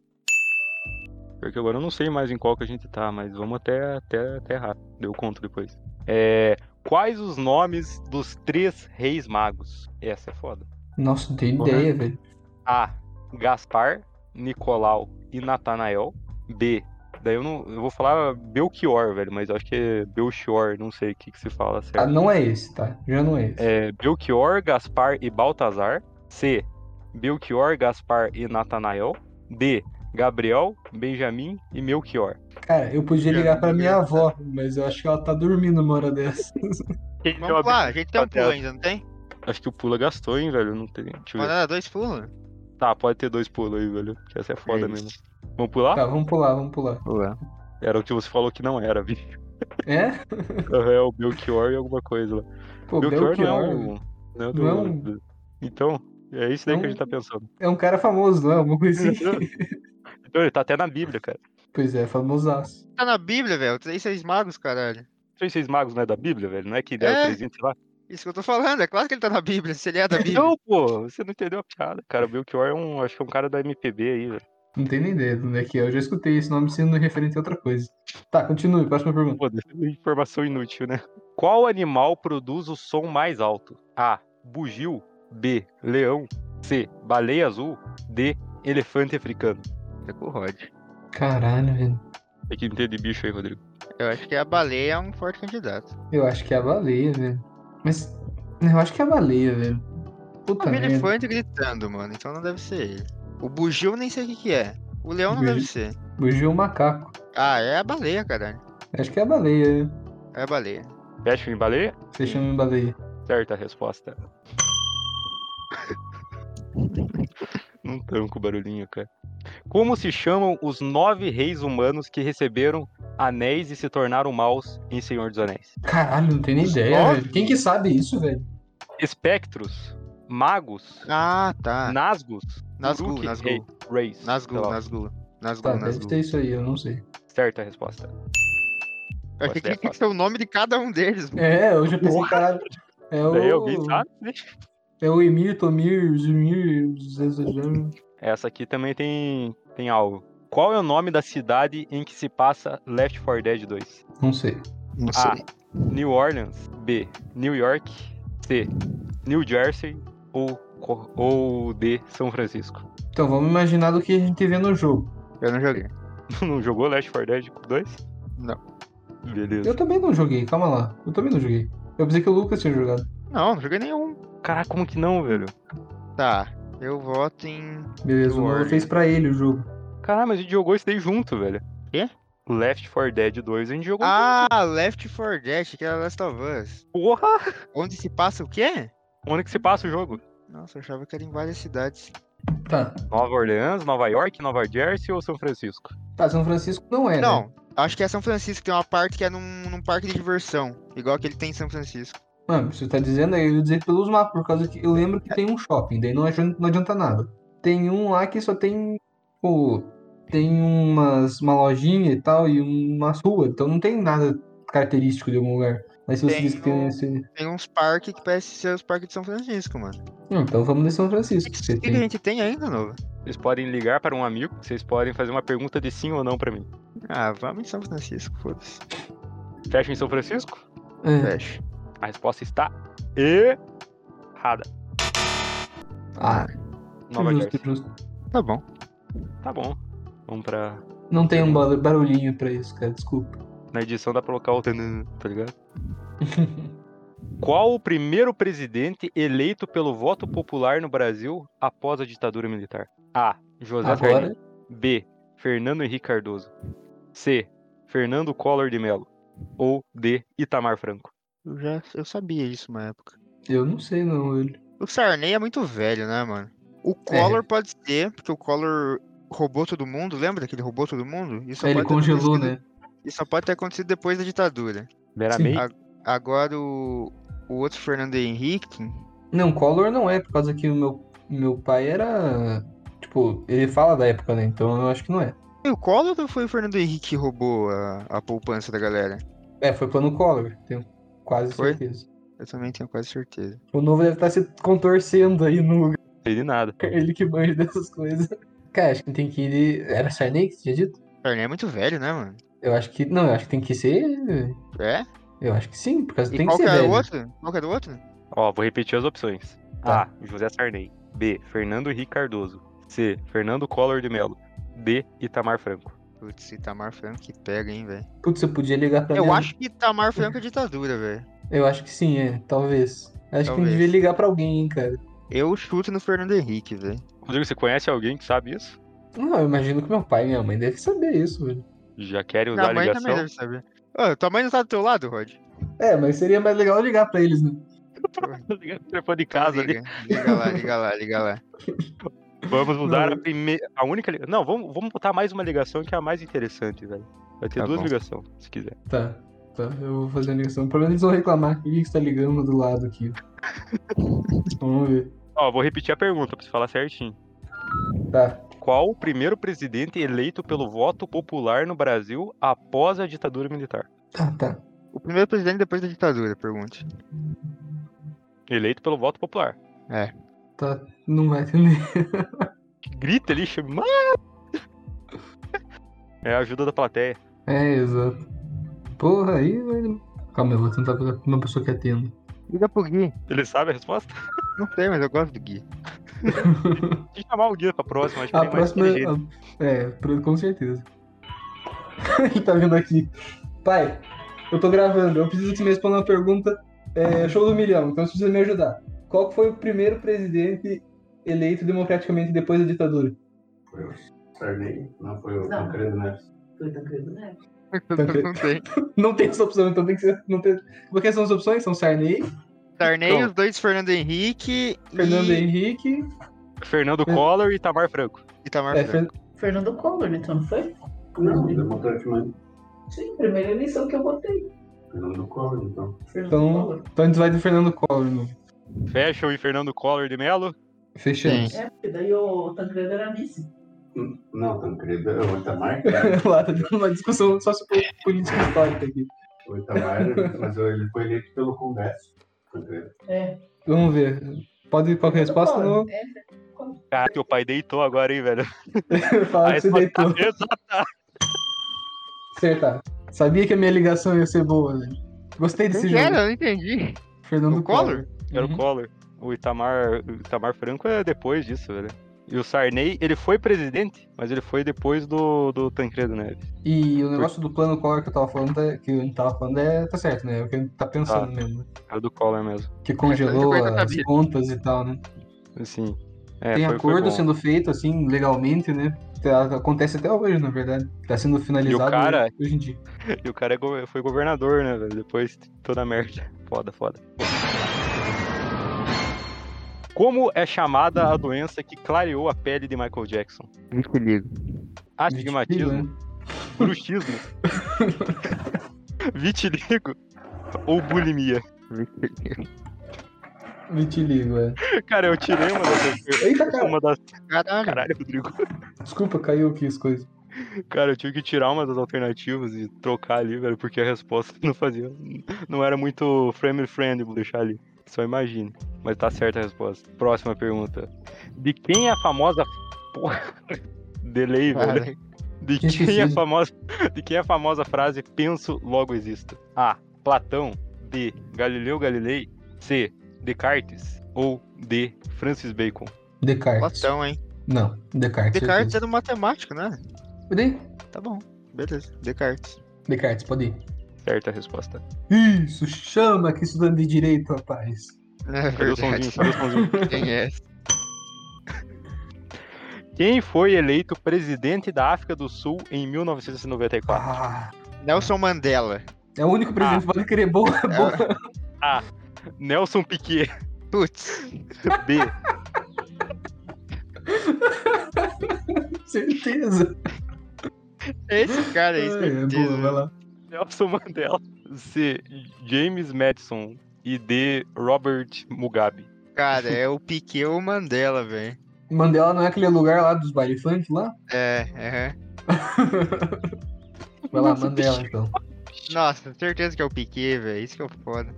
S1: Porque agora eu não sei mais em qual que a gente tá, mas vamos até, até, até rápido. Eu conto depois. É... Quais os nomes dos três reis magos? Essa é foda.
S2: Nossa, não tenho
S1: Porra.
S2: ideia, velho.
S1: A. Gaspar, Nicolau e Natanael. B. Daí eu não. Eu vou falar Belchior, velho, mas eu acho que é Belchior, não sei o que, que se fala
S2: Ah,
S1: certo.
S2: não é esse, tá? Já não é esse.
S1: É Belchior, Gaspar e Baltazar. C. Belchior, Gaspar e Natanael. D. Gabriel, Benjamin e Melchior.
S2: Cara, eu podia
S3: Já
S2: ligar pra
S3: não é
S2: minha
S3: esse,
S2: avó, mas eu acho que ela tá dormindo uma hora dessa.
S1: Quem deu a
S3: Vamos lá, a gente tem um
S1: até
S3: pulo
S1: a-
S3: ainda, não tem?
S1: Acho que o Pula gastou, hein, velho? Não tem. Deixa eu ver.
S3: Mandaram dois um? pulos?
S1: Tá, pode ter dois pulos aí, velho. Que essa é foda
S3: É
S1: mesmo. Vamos
S3: Ah.
S1: pular?
S2: Tá, vamos pular, vamos pular.
S3: Pula.
S1: Era o que você falou que não era, vi.
S2: É?
S1: É o Belchior e alguma coisa lá.
S2: Pô,
S1: Belchior,
S2: Belchior,
S1: não é um. Não é do-
S2: Não é um-
S1: do- Então, é isso daí que a gente tá pensando.
S2: é um cara famoso, não é? Alguma coisa assim.
S1: Então, ele tá até na Bíblia, cara.
S2: (laughs) Pois é, famosaço.
S3: Tá na Bíblia, velho. Três seis magos, caralho.
S1: Três seis magos não é da Bíblia, velho? Não é que deram
S3: É.
S1: três vinte lá?
S3: Isso que eu tô falando, é claro que ele tá
S2: (laughs)
S3: na Bíblia, se ele é da Bíblia.
S1: Não, pô, você não entendeu a piada, cara. O Belchior é um. Acho que é um cara da MPB aí, velho.
S2: Não tem nem ideia de onde é que é. Eu já escutei esse nome sendo referente a outra coisa. Tá, continue, próxima pergunta.
S1: Pô, (laughs) informação inútil, né? Qual animal produz o som mais alto? A. Bugio. B. Leão. C. Baleia azul. D. Elefante africano.
S2: É
S3: Tá com o Rod.
S2: Caralho, velho.
S1: Tem que entender de bicho aí, Rodrigo.
S3: Eu acho que a baleia é um forte candidato.
S2: Eu acho que é a baleia, velho. Mas. Eu acho que é a baleia, velho. Puta
S3: Eu vi
S2: merda.
S3: Um elefante gritando, mano, então não deve ser ele. O bugio eu nem sei o que que é. O leão não
S2: Bugio.
S3: deve ser.
S2: Fugiu o macaco.
S3: Ah, é a baleia, caralho. Acho
S2: Acho que é a baleia, né?
S3: É a baleia.
S1: Fecha em baleia?
S2: Fechando em baleia.
S1: Certa a resposta. (laughs) Não tanco o barulhinho, cara. Como se chamam os nove reis humanos que receberam anéis e se tornaram maus em Senhor dos Anéis?
S2: Caralho, não tem nem ideia,
S3: nove?
S2: velho. Quem que sabe isso, velho?
S1: Espectros, magos,
S3: Ah, tá.
S1: nasgos,
S3: Nasgul,
S1: Uruk-hai,
S3: Nasgul.
S1: reis. Sei
S3: Nasgul,
S1: lá.
S3: Nasgul. Nasgul,
S2: Tá, deve
S3: Nasgul.
S2: ter isso aí, eu não sei.
S1: Certa a resposta.
S3: Eu achei que
S1: é
S3: tinha que ser o nome de cada um deles, mano.
S2: É, eu já pensei,
S1: Porra.
S2: caralho. É
S1: Daí alguém
S2: o.
S1: sabe? né?
S2: É o Emir, Tomir, Zumir, Zezajam.
S1: Essa aqui também tem, tem algo. Qual é o nome da cidade em que se passa Left 4 Dead 2?
S2: Não sei.
S3: Não
S1: A. New Orleans. B. New York. C. New Jersey. Ou, co- ou D. São Francisco. (laughs)
S2: Então vamos imaginar do que a gente vê no jogo.
S3: Ah, Eu não joguei.
S1: Não jogou Left 4 Dead 2?
S3: Não.
S1: Beleza.
S2: Eu também não joguei, calma lá. Eu também não joguei. Eu pensei que o Lucas tinha jogado.
S3: Não, não joguei nenhum.
S1: Caraca, como que não, velho?
S3: Tá, eu voto em.
S2: Beleza, o
S3: Warrior.
S2: Moro fez pra ele o jogo.
S1: Caralho, mas a gente jogou isso daí junto, velho.
S3: Quê?
S1: Left 4 Dead 2 a gente jogou.
S2: (laughs)
S3: Ah, Left 4 Dead, que era Last of Us.
S1: Porra!
S3: Onde se passa o quê?
S1: Onde que se passa o jogo?
S3: Nossa, eu achava que era em várias cidades.
S2: Tá.
S1: Nova Orleans, Nova York, Nova Jersey ou São Francisco?
S2: Tá, São Francisco não é, né?
S3: Não, acho que é São Francisco, tem uma parte que é num, num parque de diversão, igual que ele tem em São Francisco.
S2: Mano, você tá dizendo aí, eu ia dizer pelos mapas, por causa que eu lembro que tem um shopping, daí não adianta, não adianta nada. Tem um lá que só tem, tipo, tem umas, uma lojinha e tal, e umas ruas, então não tem nada característico de algum lugar. Mas se você
S3: Tem
S2: diz que tem
S3: um-
S2: esse...
S3: Tem uns parques que parecem ser os parques de São Francisco, mano.
S2: Não, então vamos de São
S3: O
S2: Francisco. que
S3: que,
S2: Você
S3: que a
S2: tem.
S3: gente tem ainda, novo?
S1: Vocês podem ligar para um amigo, vocês podem fazer uma pergunta de sim ou não para mim.
S3: Ah, vamos em São Francisco, foda-se.
S1: Fecha em São Francisco?
S2: É.
S3: Fecha.
S1: A resposta está errada.
S2: Ah,
S1: Nova
S2: justo,
S1: Jersey.
S2: justo.
S3: Tá bom.
S1: Tá bom. Vamos pra.
S2: Não tem um barul- barulhinho pra isso, cara, desculpa.
S1: Na edição dá pra colocar o. tanã, Tá
S2: (laughs)
S1: ligado? Qual o primeiro presidente eleito pelo voto popular no Brasil após a ditadura militar? A. José Sarney.
S2: Agora,
S1: B. Fernando Henrique Cardoso. C. Fernando Collor de Mello. Ou D. Itamar Franco.
S3: Eu já eu sabia isso uma época.
S2: eu não sei não, ele.
S3: O Sarney é muito velho, né, mano? O
S2: É.
S3: Collor pode ser, porque o Collor roubou todo mundo, lembra que ele roubou todo mundo? Isso
S2: Ele congelou, né?
S3: Isso só pode ter acontecido depois da ditadura.
S1: Vera
S2: Sim.
S1: May?
S3: Ah. Agora o, o outro Fernando Henrique,
S2: Não, Collor não é, por causa que o meu, meu pai era. Tipo, ele fala da época, né? Então eu acho que não é.
S3: Foi o Collor ou foi o Fernando Henrique que roubou a, a poupança da galera?
S2: É, foi plano Collor, tenho quase
S3: Foi?
S2: certeza.
S3: Eu também tenho quase certeza.
S2: O novo deve estar se contorcendo aí no lugar,
S1: Não sei de nada.
S2: ele que manja dessas coisas. Cara, acho que tem que ir. Era Sarney que você tinha dito?
S3: O Sarney é muito velho, né, mano?
S2: Eu acho que. Não, eu acho que tem que ser. ele.
S3: É?
S2: Eu acho que sim, por causa
S3: E
S2: tem que
S3: qual que
S2: ser.
S3: era o
S2: Velho.
S3: outro? Qual que era o outro?
S1: Ó, vou repetir as opções.
S2: Tá.
S1: A. José Sarney. B. Fernando Henrique Cardoso. C. Fernando Collor de Mello. D. Itamar Franco.
S3: Putz, Itamar Franco que pega, hein, velho.
S2: Putz, eu podia ligar pra
S3: Eu
S2: minha-
S3: acho que Itamar Franco é ditadura, velho.
S2: Eu acho que sim, é, talvez. Eu Acho que eu
S3: Talvez.
S2: devia ligar pra alguém, hein, cara.
S3: Eu chuto no Fernando Henrique, velho.
S1: Rodrigo, você conhece alguém que sabe isso?
S2: Não, eu imagino que meu pai e minha mãe devem saber isso, velho.
S1: Já querem usar
S3: Minha
S1: a
S3: mãe também
S1: ligação?
S3: deve saber. Ô, tua mãe não tá do teu lado, Rod?
S2: É, mas seria mais legal eu ligar pra eles, né?
S1: (laughs) Tá ligando o telefone de casa ali.
S3: liga, liga lá, liga lá, liga lá.
S1: Vamos mudar
S2: Não.
S1: a primeira. A única li- Não, vamos, vamos botar mais uma ligação que é a mais interessante, velho. Vai ter
S3: Tá
S1: duas
S3: bom.
S1: ligações, se quiser.
S2: Tá, tá, eu vou fazer a ligação. Pelo menos eles vão reclamar que está ligando do lado aqui. Vamos ver.
S1: Ó, vou repetir a pergunta pra você falar certinho.
S2: Tá.
S1: Qual o primeiro presidente eleito pelo voto popular no Brasil após a ditadura militar?
S2: Tá, tá.
S3: O primeiro presidente depois da ditadura, pergunte.
S1: Eleito pelo voto popular.
S2: Não vai atender. (laughs)
S1: Grita ali, chama. (laughs) É a ajuda da plateia.
S2: É, exato. Porra, aí. vai- Calma, eu vou tentar pegar uma pessoa que atenda.
S3: Liga pro Gui.
S1: Ele sabe a resposta?
S3: Não sei, mas eu gosto do Gui.
S1: Deixa eu chamar o Guia pra próxima, acho que
S2: A
S1: tem mais
S2: próxima. é
S1: inteligente.
S2: a- É, pro- com certeza. (laughs) Ele tá vindo aqui. Pai, eu tô gravando, eu preciso que você me responda uma pergunta. é, show do milhão, então você precisa me ajudar. Qual que foi o primeiro presidente eleito democraticamente depois da ditadura?
S5: Foi o Sarney? Não, foi o Tancredo Neves.
S6: Foi né? Tancredo Neves.
S2: é
S3: Não (laughs) sei.
S2: Não tem essa opção, então tem que ser. Não tem... Quais são as opções? São Sarney,
S3: Tarnei,
S2: Pronto.
S3: os dois Fernando Henrique
S2: Fernando
S3: e
S2: Henrique.
S1: Fernando Collor e Tamar Franco.
S3: Itamar
S2: É,
S3: Franco.
S2: Fer-
S6: Fernando Collor, então, não foi?
S5: Não, democrante mesmo.
S6: Sim, primeira eleição que eu votei.
S5: Fernando Collor, então.
S6: Fernando
S2: então,
S6: Collor.
S2: então a gente vai do Fernando Collor. meu.
S1: Fashion e Fernando Collor de Mello.
S2: Fechamos.
S6: É, porque daí o Tancredo era vice.
S5: Não, Tancredo, é o Itamar.
S2: (laughs) Lá, tá dando uma discussão só se política histórica aqui.
S5: O Itamar, mas ele foi eleito pelo Congresso. Tancredo.
S6: É.
S2: Vamos ver. Pode ir com a resposta ou (laughs)
S6: Collor. É,
S1: Cara, teu Ah, pai deitou agora, hein, velho.
S2: não? Falar
S1: Aí
S2: que você
S1: só-
S2: deitou.
S1: (laughs) Exato.
S2: Acertar. Sabia que a minha ligação ia ser boa, velho. Gostei desse
S3: Quem que
S2: jogo.
S3: era? Eu não entendi.
S2: Fernando
S3: O Collor?
S1: Era o
S2: Uhum.
S1: Collor. O Itamar, o Itamar Franco é depois disso, velho. E o Sarney, ele foi presidente, mas ele foi depois do, do Tancredo Neves.
S2: E o negócio do plano Collor que eu tava falando, tá- que a gente tava falando, é, tá certo, né? É o que a gente tá pensando mesmo. né?
S1: É o do Collor mesmo.
S2: Que congelou
S3: é coisa eu
S2: as
S3: sabia.
S2: contas e tal, né?
S1: Assim. É,
S2: Tem
S1: foi- foi
S2: acordo
S1: bom.
S2: sendo feito, assim, legalmente, né? Tá- Acontece até hoje, na verdade. Tá sendo finalizado
S1: cara-
S2: hoje em dia.
S1: E o cara é go- foi governador, né, velho? Depois de toda a merda. Foda, foda. Como é chamada a doença que clareou a pele de Michael Jackson?
S3: Vitiligo.
S1: tá Astigmatismo,
S2: Né?
S1: bruxismo, (laughs) vitiligo ou bulimia?
S3: Vitiligo.
S2: Vitiligo, é.
S1: Cara, eu tirei uma das...
S2: Eita, cara.
S1: Uma das...
S3: Caralho.
S1: Caralho, Rodrigo.
S2: Desculpa, caiu aqui as coisas.
S1: Cara, eu tive que tirar uma das alternativas e trocar ali, velho, porque a resposta (laughs) não fazia. Não era muito frame friendly deixar ali. Só imagine. Mas tá certa a resposta. Próxima pergunta. De quem é a famosa. Porra. (laughs) Delay,
S3: um
S1: velho.
S3: Caralho.
S1: De
S2: Que
S1: quem, é a
S2: esquisito.
S1: famosa... (laughs) De quem é a famosa frase penso, logo existo? A. Platão. B. Galileu Galilei. C. Descartes. Ou D. Francis Bacon.
S2: Descartes.
S3: Platão, é um hein?
S2: Não, Descartes.
S3: Descartes
S2: certeza.
S3: era um matemático, né?
S2: Pode ir?
S3: Tá bom. Beleza. Descartes.
S2: Descartes, pode ir.
S1: Certa a resposta.
S2: Isso, chama que estudando de direito, rapaz.
S3: É
S1: Cadê o
S3: verdade.
S1: somzinho? Cadê o somzinho?
S3: Quem é?
S1: Quem foi eleito presidente da África do Sul em 1994?
S2: Ah,
S3: (laughs) Nelson Mandela.
S2: é o único presidente
S1: Ah.
S2: que pode querer boa.
S3: É.
S2: boa. (laughs)
S1: Nelson Piquet, (laughs)
S3: Putz.
S1: B.
S2: Certeza.
S3: Esse cara
S2: Ai,
S3: aí,
S2: é
S3: certeza.
S2: boa, vai lá.
S1: Nelson Mandela, C. James Madison e D. Robert Mugabe.
S3: Cara, é o Piquet ou o Mandela, velho.
S2: Mandela não é aquele lugar lá dos baile funk lá?
S3: É, aham.
S2: Vai lá,
S1: Nossa,
S2: Mandela então.
S3: Nossa, certeza que é o Piquet, velho. Isso que é o foda.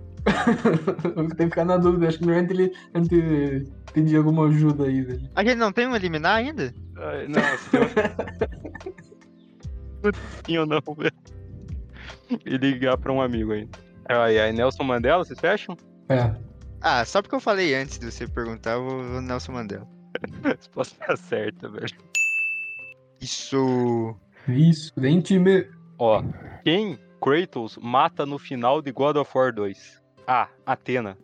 S2: Eu tenho que ficar na dúvida, acho que melhor ele, ele pedir alguma ajuda aí, velho.
S3: A gente não tem um eliminar ainda?
S1: Ai, não, esse tem um- Sim ou não, velho? E ligar pra um amigo ainda. Ai, ai, Nelson Mandela, vocês fecham? (laughs)
S2: É,
S3: Ah, só porque eu falei antes de você perguntar, eu vou vou Nelson Mandela.
S1: A resposta tá certa, velho.
S3: Isso.
S2: isso, vem time.
S1: Ó,
S2: Hum.
S1: quem Kratos mata no final de God of War 2? A. Atena.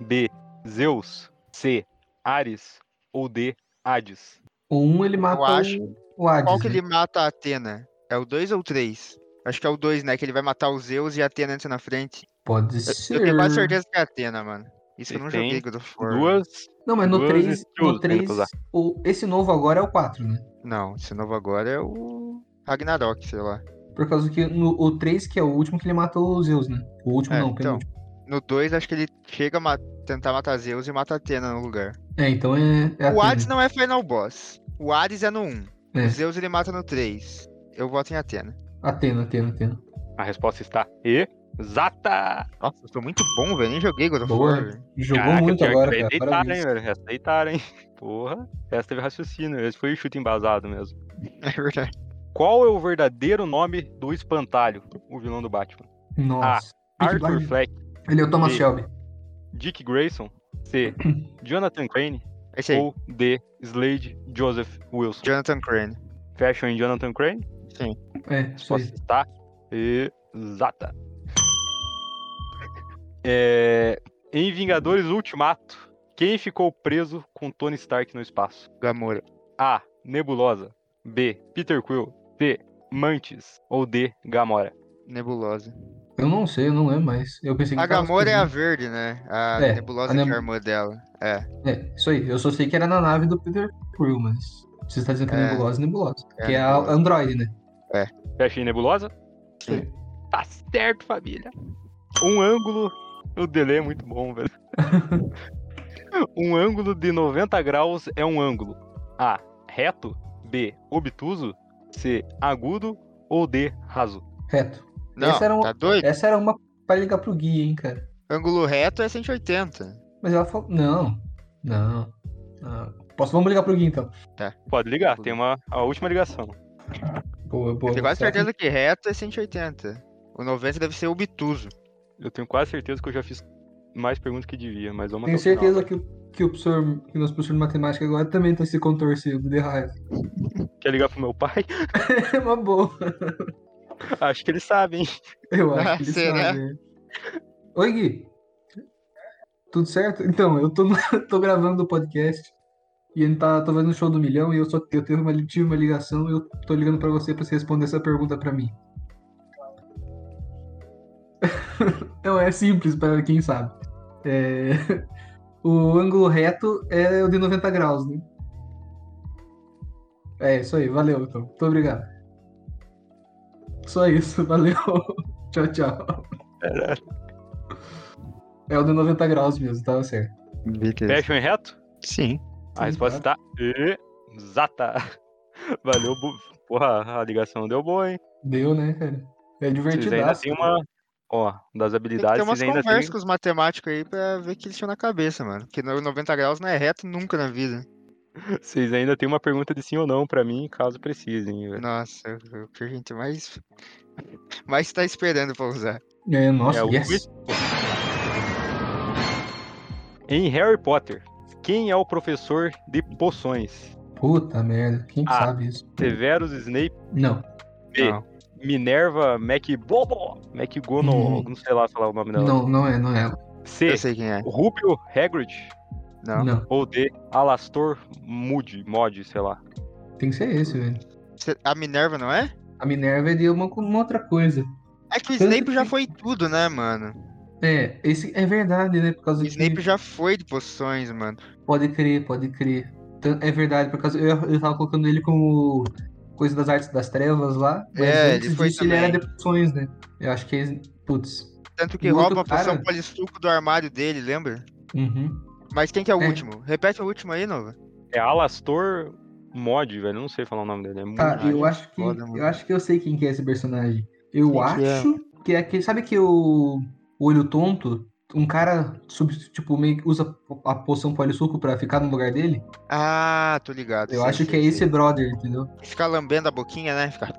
S1: B. Zeus. C. Ares. Ou D. Hades.
S2: O um ele mata
S3: Eu acho.
S2: o- o Hades.
S3: Qual que
S2: né?
S3: ele mata a Atena? É o 2 ou o 3? Acho que é o 2, né? Que ele vai matar o Zeus e a Atena entra na frente.
S2: Pode ser.
S3: Eu tenho quase certeza que é a Atena, mano. Isso que eu
S1: E
S3: não
S1: tem
S3: joguei God of War.
S1: Duas.
S2: Não, mas no
S1: Duas
S2: 3,
S1: skills
S2: no
S1: pra ele
S2: 3
S1: usar.
S2: o, esse novo agora é o 4, né?
S3: Não, esse novo agora é o Ragnarok, sei lá.
S2: Por causa que no, o 3, que é o último, que ele matou os Zeus, né? O último
S3: É,
S2: não, o
S3: então.
S2: penúltimo.
S3: No 2, acho que ele chega a ma- tentar matar Zeus e mata a Atena no lugar.
S2: É, então é. é
S3: O
S2: Atena.
S3: Hades não é final boss. O Hades é no 1.
S2: É.
S3: O Zeus ele mata no 3. Eu voto em Atena.
S2: Atena, Atena, Atena.
S1: A resposta está exata.
S3: Nossa, eu sou muito bom, velho. Nem joguei God of
S2: Boa.
S3: War, velho.
S2: Jogou
S1: Caraca,
S2: muito
S1: pior que
S2: agora,
S1: daí
S2: cara.
S1: Deitaram,
S2: Parabéns.
S1: hein, (laughs) velho? Essa deitaram, hein? Porra. Essa teve raciocínio. Esse foi o chute embasado mesmo.
S3: (laughs) É verdade.
S1: Qual é o verdadeiro nome do Espantalho, o vilão do Batman?
S2: Nossa.
S3: Ah,
S2: Dick
S1: Arthur
S2: Blythe.
S1: Fleck,
S2: Ele é o Thomas
S1: Sim.
S2: Shelby.
S1: Dick Grayson,
S2: (clears throat)
S1: C. Jonathan Crane
S3: Esse É aí,
S1: ou D. Slade Joseph Wilson.
S3: Jonathan Crane.
S1: Fecham em Jonathan Crane?
S2: É, isso aí.
S1: Resposta está exata. É, em Vingadores Ultimato, quem ficou preso com Tony Stark no espaço?
S3: Gamora.
S1: A. Nebulosa. B. Peter Quill. C. Mantis. Ou D. Gamora.
S3: Nebulosa.
S2: Eu não sei, eu não lembro mais. Eu pensei que
S3: A
S2: tava
S3: Gamora é a
S2: escondido.
S3: verde, né? A
S2: um É,
S3: nebulosa
S2: a
S3: que é
S2: Nebu-
S3: a irmã dela.
S2: É, isso aí. Eu só sei que era na nave do Peter Crew, mas. Você está dizendo que é,
S3: É.
S2: nebulosa, nebulosa.
S3: É,
S2: que é a
S3: Nebulosa.
S2: Android, né?
S1: Fecha aí, Nebulosa?
S3: Sim.
S1: Tá certo, família. Um ângulo. O delay é muito bom,
S2: (laughs)
S1: velho. um ângulo de 90 graus é um ângulo. A. Reto. B. Obtuso. C. Agudo. Ou D. Raso.
S2: Reto.
S3: Não,
S2: Essa era um é. uma-
S3: tá doido?
S2: Essa era uma pra ligar pro Gui, hein, cara.
S3: Ângulo reto é 180.
S2: Mas ela falou. Não. Não. não. Posso, vamos ligar pro Gui então.
S1: Pode ligar, tem uma, a última ligação.
S2: Boa, boa.
S3: Eu tenho quase
S2: Será que-
S3: certeza que reto é 180. O 90 deve ser obtuso.
S1: Eu tenho quase certeza que eu já fiz mais perguntas que devia, mas vamos
S2: Tenho
S1: até o final,
S2: certeza
S1: vai.
S3: né?
S2: que, o- que o professor, que o nosso professor de matemática agora também tá se contorcendo de raiva. (laughs)
S1: Quer ligar pro meu pai? (laughs)
S2: É uma boa.
S1: Acho que ele sabe, hein?
S2: Eu acho que ele
S3: Será?
S2: sabe. Oi, Gui. Tudo certo? Então, eu tô, no- (laughs) tô gravando o podcast e ele tá, tô fazendo o show do milhão e eu só eu teve uma, tive uma ligação e eu tô ligando pra você pra você responder essa pergunta pra mim. (laughs) Não, é simples pra quem sabe. É, (laughs) O ângulo reto é o de 90 graus, né? É, isso aí. Valeu, então. Muito obrigado. Só isso. (laughs) Valeu. Tchau, tchau. É o de 90 graus mesmo, tava certo.
S3: Beleza.
S1: Fecha em reto?
S3: Sim.
S1: A resposta está exata. (laughs) Valeu, bu... porra, a ligação deu boa, hein?
S2: Deu, né, cara? É
S1: Vocês ainda
S2: divertidaço.
S1: tem
S3: né?
S1: uma. Ó, das
S3: Tem que ter
S1: habilidades,
S3: umas
S1: vocês ainda
S3: conversas
S1: tem.
S3: com os matemáticos aí pra ver o que eles tinham na cabeça, mano. Porque no 90 graus não é reto nunca na vida.
S1: (laughs) Vocês ainda tem uma pergunta de sim ou não pra mim, caso precisem.
S2: É.
S1: velho.
S3: Nossa, o que a gente mais. mais tá esperando pra usar.
S2: É, nossa,
S1: É o
S2: yes.
S1: Whis- Em Harry Potter, quem é o professor de poções?
S2: Puta merda, quem que
S1: Ah.
S2: sabe isso?
S1: Severus Snape,
S2: Não.
S1: B.
S3: Não.
S1: Minerva McBobo, McGonagall, não sei lá falar o nome dela.
S2: Não, não é, não é.
S1: C.
S3: Hum. Eu sei quem é.
S1: Rubio Hagrid,
S3: Não.
S2: Não.
S1: Ou D, Alastor Moody, Mod, sei lá.
S2: Tem que ser esse, velho.
S3: Cê- A Minerva não é?
S2: A Minerva é de uma, uma outra coisa.
S3: É que o
S2: Tanto
S3: Snape já
S2: que-
S3: foi tudo, né, mano?
S2: É, esse é verdade, né? Por causa
S3: O
S2: de
S3: Snape já foi de poções, mano.
S2: Pode crer, pode crer. Tan- É verdade, por causa eu, eu tava colocando ele como coisa das artes das trevas lá, mas
S3: É,
S2: antes
S3: ele foi
S2: disso ele
S3: também.
S2: era depressões, né? Eu acho que é. Putz.
S3: Tanto que
S2: E o outro
S3: rouba a poção
S2: cara-
S3: polissuco do armário dele, lembra?
S2: Uhum.
S3: Mas quem que é o
S2: É.
S3: último? Repete o último aí, Nova.
S1: É Alastor Mod, velho, eu não sei falar o nome dele. É muito
S2: Tá,
S3: Verdade,
S2: eu acho que.
S3: foda, mano.
S2: Eu acho que eu sei quem que é esse personagem. Eu
S3: Quem que é?
S2: acho que é aquele. Sabe que o o olho tonto? Um cara sub, tipo, meio que usa a poção polissuco pra ficar no lugar dele?
S3: Ah, tô ligado.
S2: Eu
S3: sei,
S2: acho que é
S3: sei,
S2: esse
S3: sei.
S2: brother, entendeu?
S3: Ficar lambendo a boquinha, né? Ficar...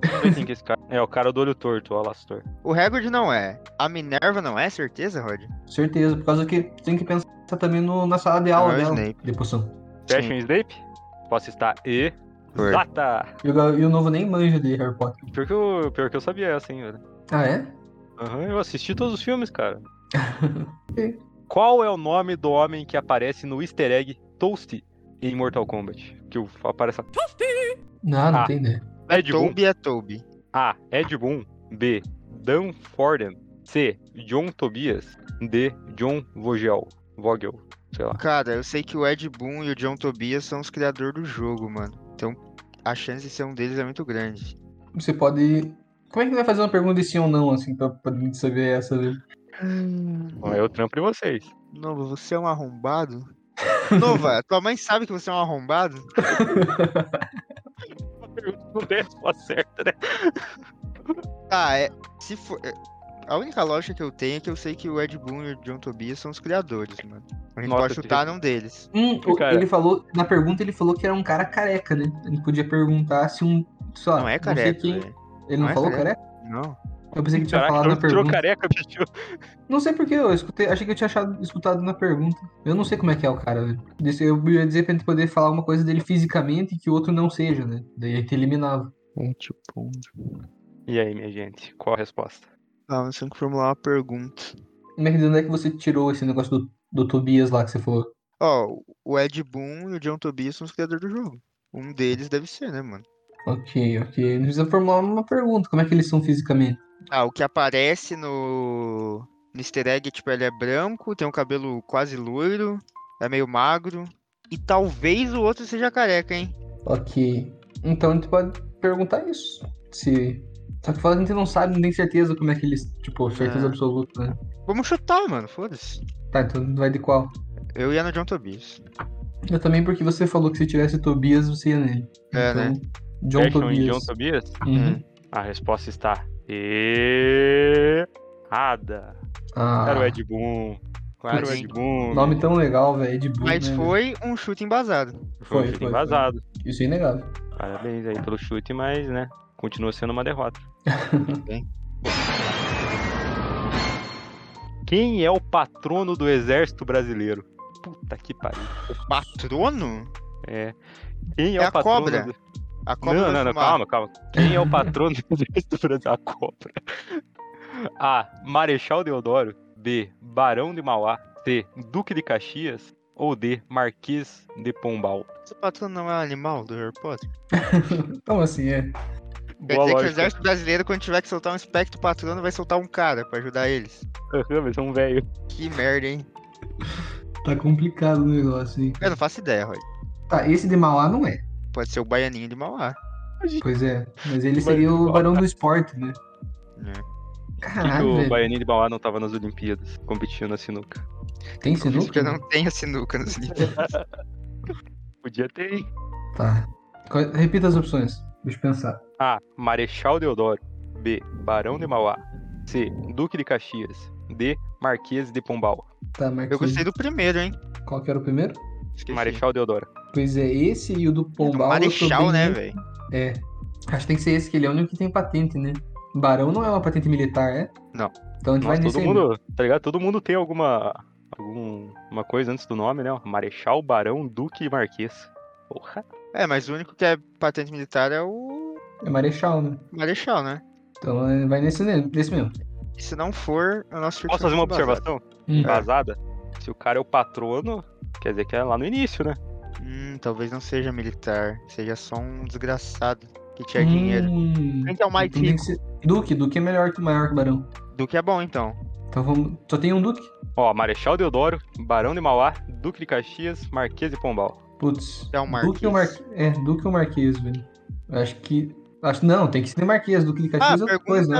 S1: não sei quem que é esse cara. É o cara do olho torto, o Alastor.
S3: O Hagrid não é. A Minerva não é, certeza, Rod?
S2: Certeza, por causa que tem que pensar também no- na sala de aula
S3: é o
S2: dela.
S3: Snape.
S2: De poção.
S1: Fashion um Snape? Posso estar E.
S3: Foi.
S1: Exata!
S2: E o ga- e o novo nem manja de Harry Potter.
S1: Pior que, eu, pior que eu sabia essa, hein, velho.
S2: Ah, é?
S1: Aham, eu assisti todos os filmes, cara. Qual é o nome do homem que aparece no easter egg Toasty em Mortal Kombat? Que o- aparece
S2: Não, não
S1: Ah.
S2: tem né? ideia.
S1: Ed Boon.
S3: Toby é Toby.
S1: A. Ed Boon. B. Dan Forden. C. John Tobias. D. John Vogel. Vogel. Sei lá.
S3: Cara, eu sei que o Ed Boon e o John Tobias são os criadores do jogo, mano. Então a chance de ser um deles é muito grande.
S2: Você pode. Como é que vai fazer uma pergunta de sim ou não, assim, pra, pra mim saber essa? né? viu?
S1: Bom, eu trampo em vocês.
S3: Nova, você é um arrombado? (laughs) Nova, tua mãe sabe que você é um arrombado?
S1: Uma pergunta que não tem resposta certa, né?
S3: Tá, é. Se for. é, A única lógica que eu tenho é que eu sei que o Ed Boon e o John Tobias são os criadores, mano. A gente
S1: Nota
S3: pode chutar
S1: três.
S3: num deles.
S2: Hum, o-
S1: Cara.
S2: ele falou, na pergunta ele falou que era um cara careca, né? Ele podia perguntar se um. Sei lá,
S3: Não é
S2: sei
S3: careca,
S2: quem-
S3: velho.
S2: Ele não,
S3: Não é
S2: falou
S3: careca.
S2: careca?
S3: Não.
S2: Eu pensei que tinha
S1: Caraca,
S2: falado na
S1: tirou
S2: pergunta.
S1: careca, bicho.
S2: Não sei porquê, eu escutei, achei que eu tinha achado- escutado na pergunta. Eu não sei como é que é o cara, velho. Desse- Eu ia dizer pra gente poder falar uma coisa dele fisicamente e que o outro não seja, né? Daí a gente eliminava.
S3: É tipo.
S1: E aí, minha gente, qual a resposta?
S3: Ah, nós temos que formular uma pergunta.
S2: Como é que de onde é que você tirou esse negócio do, do Tobias lá que você falou?
S3: Ó, o Ed Boon e o John Tobias são os criadores do jogo. Um deles deve ser, né, mano?
S2: Ok, ok. Não precisa formular uma pergunta. Como é que eles são fisicamente?
S3: Ah, o que aparece no no Easter Egg, tipo, ele é branco, tem um cabelo quase loiro, é meio magro. E talvez o outro seja careca, hein?
S2: Ok. Então a gente pode perguntar isso. Se. Só que fala que a gente não sabe, não tem certeza como é que eles. Tipo, certeza
S3: É.
S2: absoluta, né?
S3: Vamos chutar, mano, foda-se.
S2: Tá, então vai de qual?
S3: Eu ia no John Tobias. É,
S2: Eu também, porque você falou que se tivesse Tobias, você ia nele. Então,
S3: É, né?
S2: John
S1: Fashion
S2: Tobias.
S1: e John Tobias?
S2: Uhum.
S1: A resposta está errada.
S2: Ah,
S1: Era o Ed Boon. Era o
S3: Quase,
S1: Ed
S3: hein?
S1: Boon. né?
S2: nome tão legal, velho, Ed Boon.
S3: Mas
S2: né,
S3: foi um chute embasado.
S1: Foi, um
S2: foi,
S1: chute
S2: foi,
S1: vazado.
S2: velho? Isso é inegável.
S1: Parabéns aí pelo chute, mas, né, continua sendo uma
S2: (laughs)
S1: derrota.
S3: bem.
S1: Quem é o patrono do exército brasileiro? Puta que pariu.
S3: Patrono?
S1: É. Quem é,
S3: É
S1: o
S3: a
S1: patrono
S3: cobra.
S1: do-
S3: A cobra
S1: Não,
S3: do
S1: não, não,
S3: fumar.
S1: calma, calma. Quem é o (laughs) patrono do exército brasileiro? A cobra. A. Marechal Deodoro. B. Barão de Mauá. C. Duque de Caxias. Ou D. Marquês de Pombal.
S3: Esse patrono não é um animal do Harry Potter?
S2: Então, assim, é.
S1: Boa
S3: Quer dizer que o
S1: lógica.
S3: exército brasileiro, quando tiver que soltar um espectro patrono, vai soltar um cara pra ajudar eles.
S1: Aham, (laughs) mas é um velho.
S3: Que merda, hein?
S2: Tá complicado o negócio, hein?
S3: Eu não faço ideia, Roy.
S2: Tá, esse de Mauá não é.
S3: Pode ser o baianinho de Mauá.
S2: Pois é. Mas ele
S1: Mas
S2: seria o
S1: igual,
S2: barão do esporte, né?
S3: Ah,
S1: Por que que
S2: Caralho,
S1: Tipo, o
S2: velho.
S1: Baianinho de Mauá não tava nas Olimpíadas competindo na sinuca?
S2: Tem
S3: Por isso
S2: sinuca?
S3: que eu
S1: né?
S3: não tenho a sinuca
S1: (laughs)
S3: no sinuca.
S1: Podia ter, hein?
S2: Tá. Qual- Repita as opções. Deixa eu pensar.
S1: A. Marechal Deodoro. B. Barão de Mauá. C. Duque de Caxias. D. Marquês de Pombal.
S2: Tá, Marquinhos.
S3: Eu gostei do primeiro, hein?
S2: Qual que era o primeiro?
S3: Esqueci.
S1: Marechal Deodoro.
S2: Pois é, esse e o do
S3: Do
S2: Pombal. eu
S3: Marechal,
S2: sou bem-
S3: né, velho?
S2: É. Acho que tem que ser esse, que ele é o único que tem patente, né? Barão não é uma patente militar, é?
S3: Não.
S2: Então a gente vai
S1: Nossa,
S2: nesse
S1: todo
S2: aí.
S1: mundo, tá ligado? Todo mundo tem alguma, alguma coisa antes do nome, né? Marechal, Barão, Duque e Marquês. Porra.
S3: É, mas o único que é patente militar é o
S2: É Marechal, né?
S3: Marechal, né?
S2: Então é, vai nesse, nesse mesmo.
S3: E se não for, é o nosso chute
S1: Posso fazer uma
S3: vai ser embasado.
S1: observação?
S2: Hum.
S3: Ah,
S1: Vazada? Se o cara é o patrono, quer dizer que é lá no início, né?
S3: Hum, talvez não seja militar. Seja só um desgraçado que tinha dinheiro.
S2: Hum.
S3: Quem que é o mais
S2: Então tem
S3: rico?
S2: que ser- Duque, Duque é melhor que maior que Barão.
S3: Duque é bom, então.
S2: Então vamos. Só tem um Duque?
S1: Ó, Marechal Deodoro, Barão de Mauá, Duque de Caxias, Marquês de Pombal.
S2: Putz.
S3: É o
S2: Duque ou Marquês? É, Duque ou Marquês, velho. Eu Acho que. Acho não, tem que ser Marquês. Duque de
S3: Ah,
S2: Caxias é outra
S3: pergunta
S2: coisa,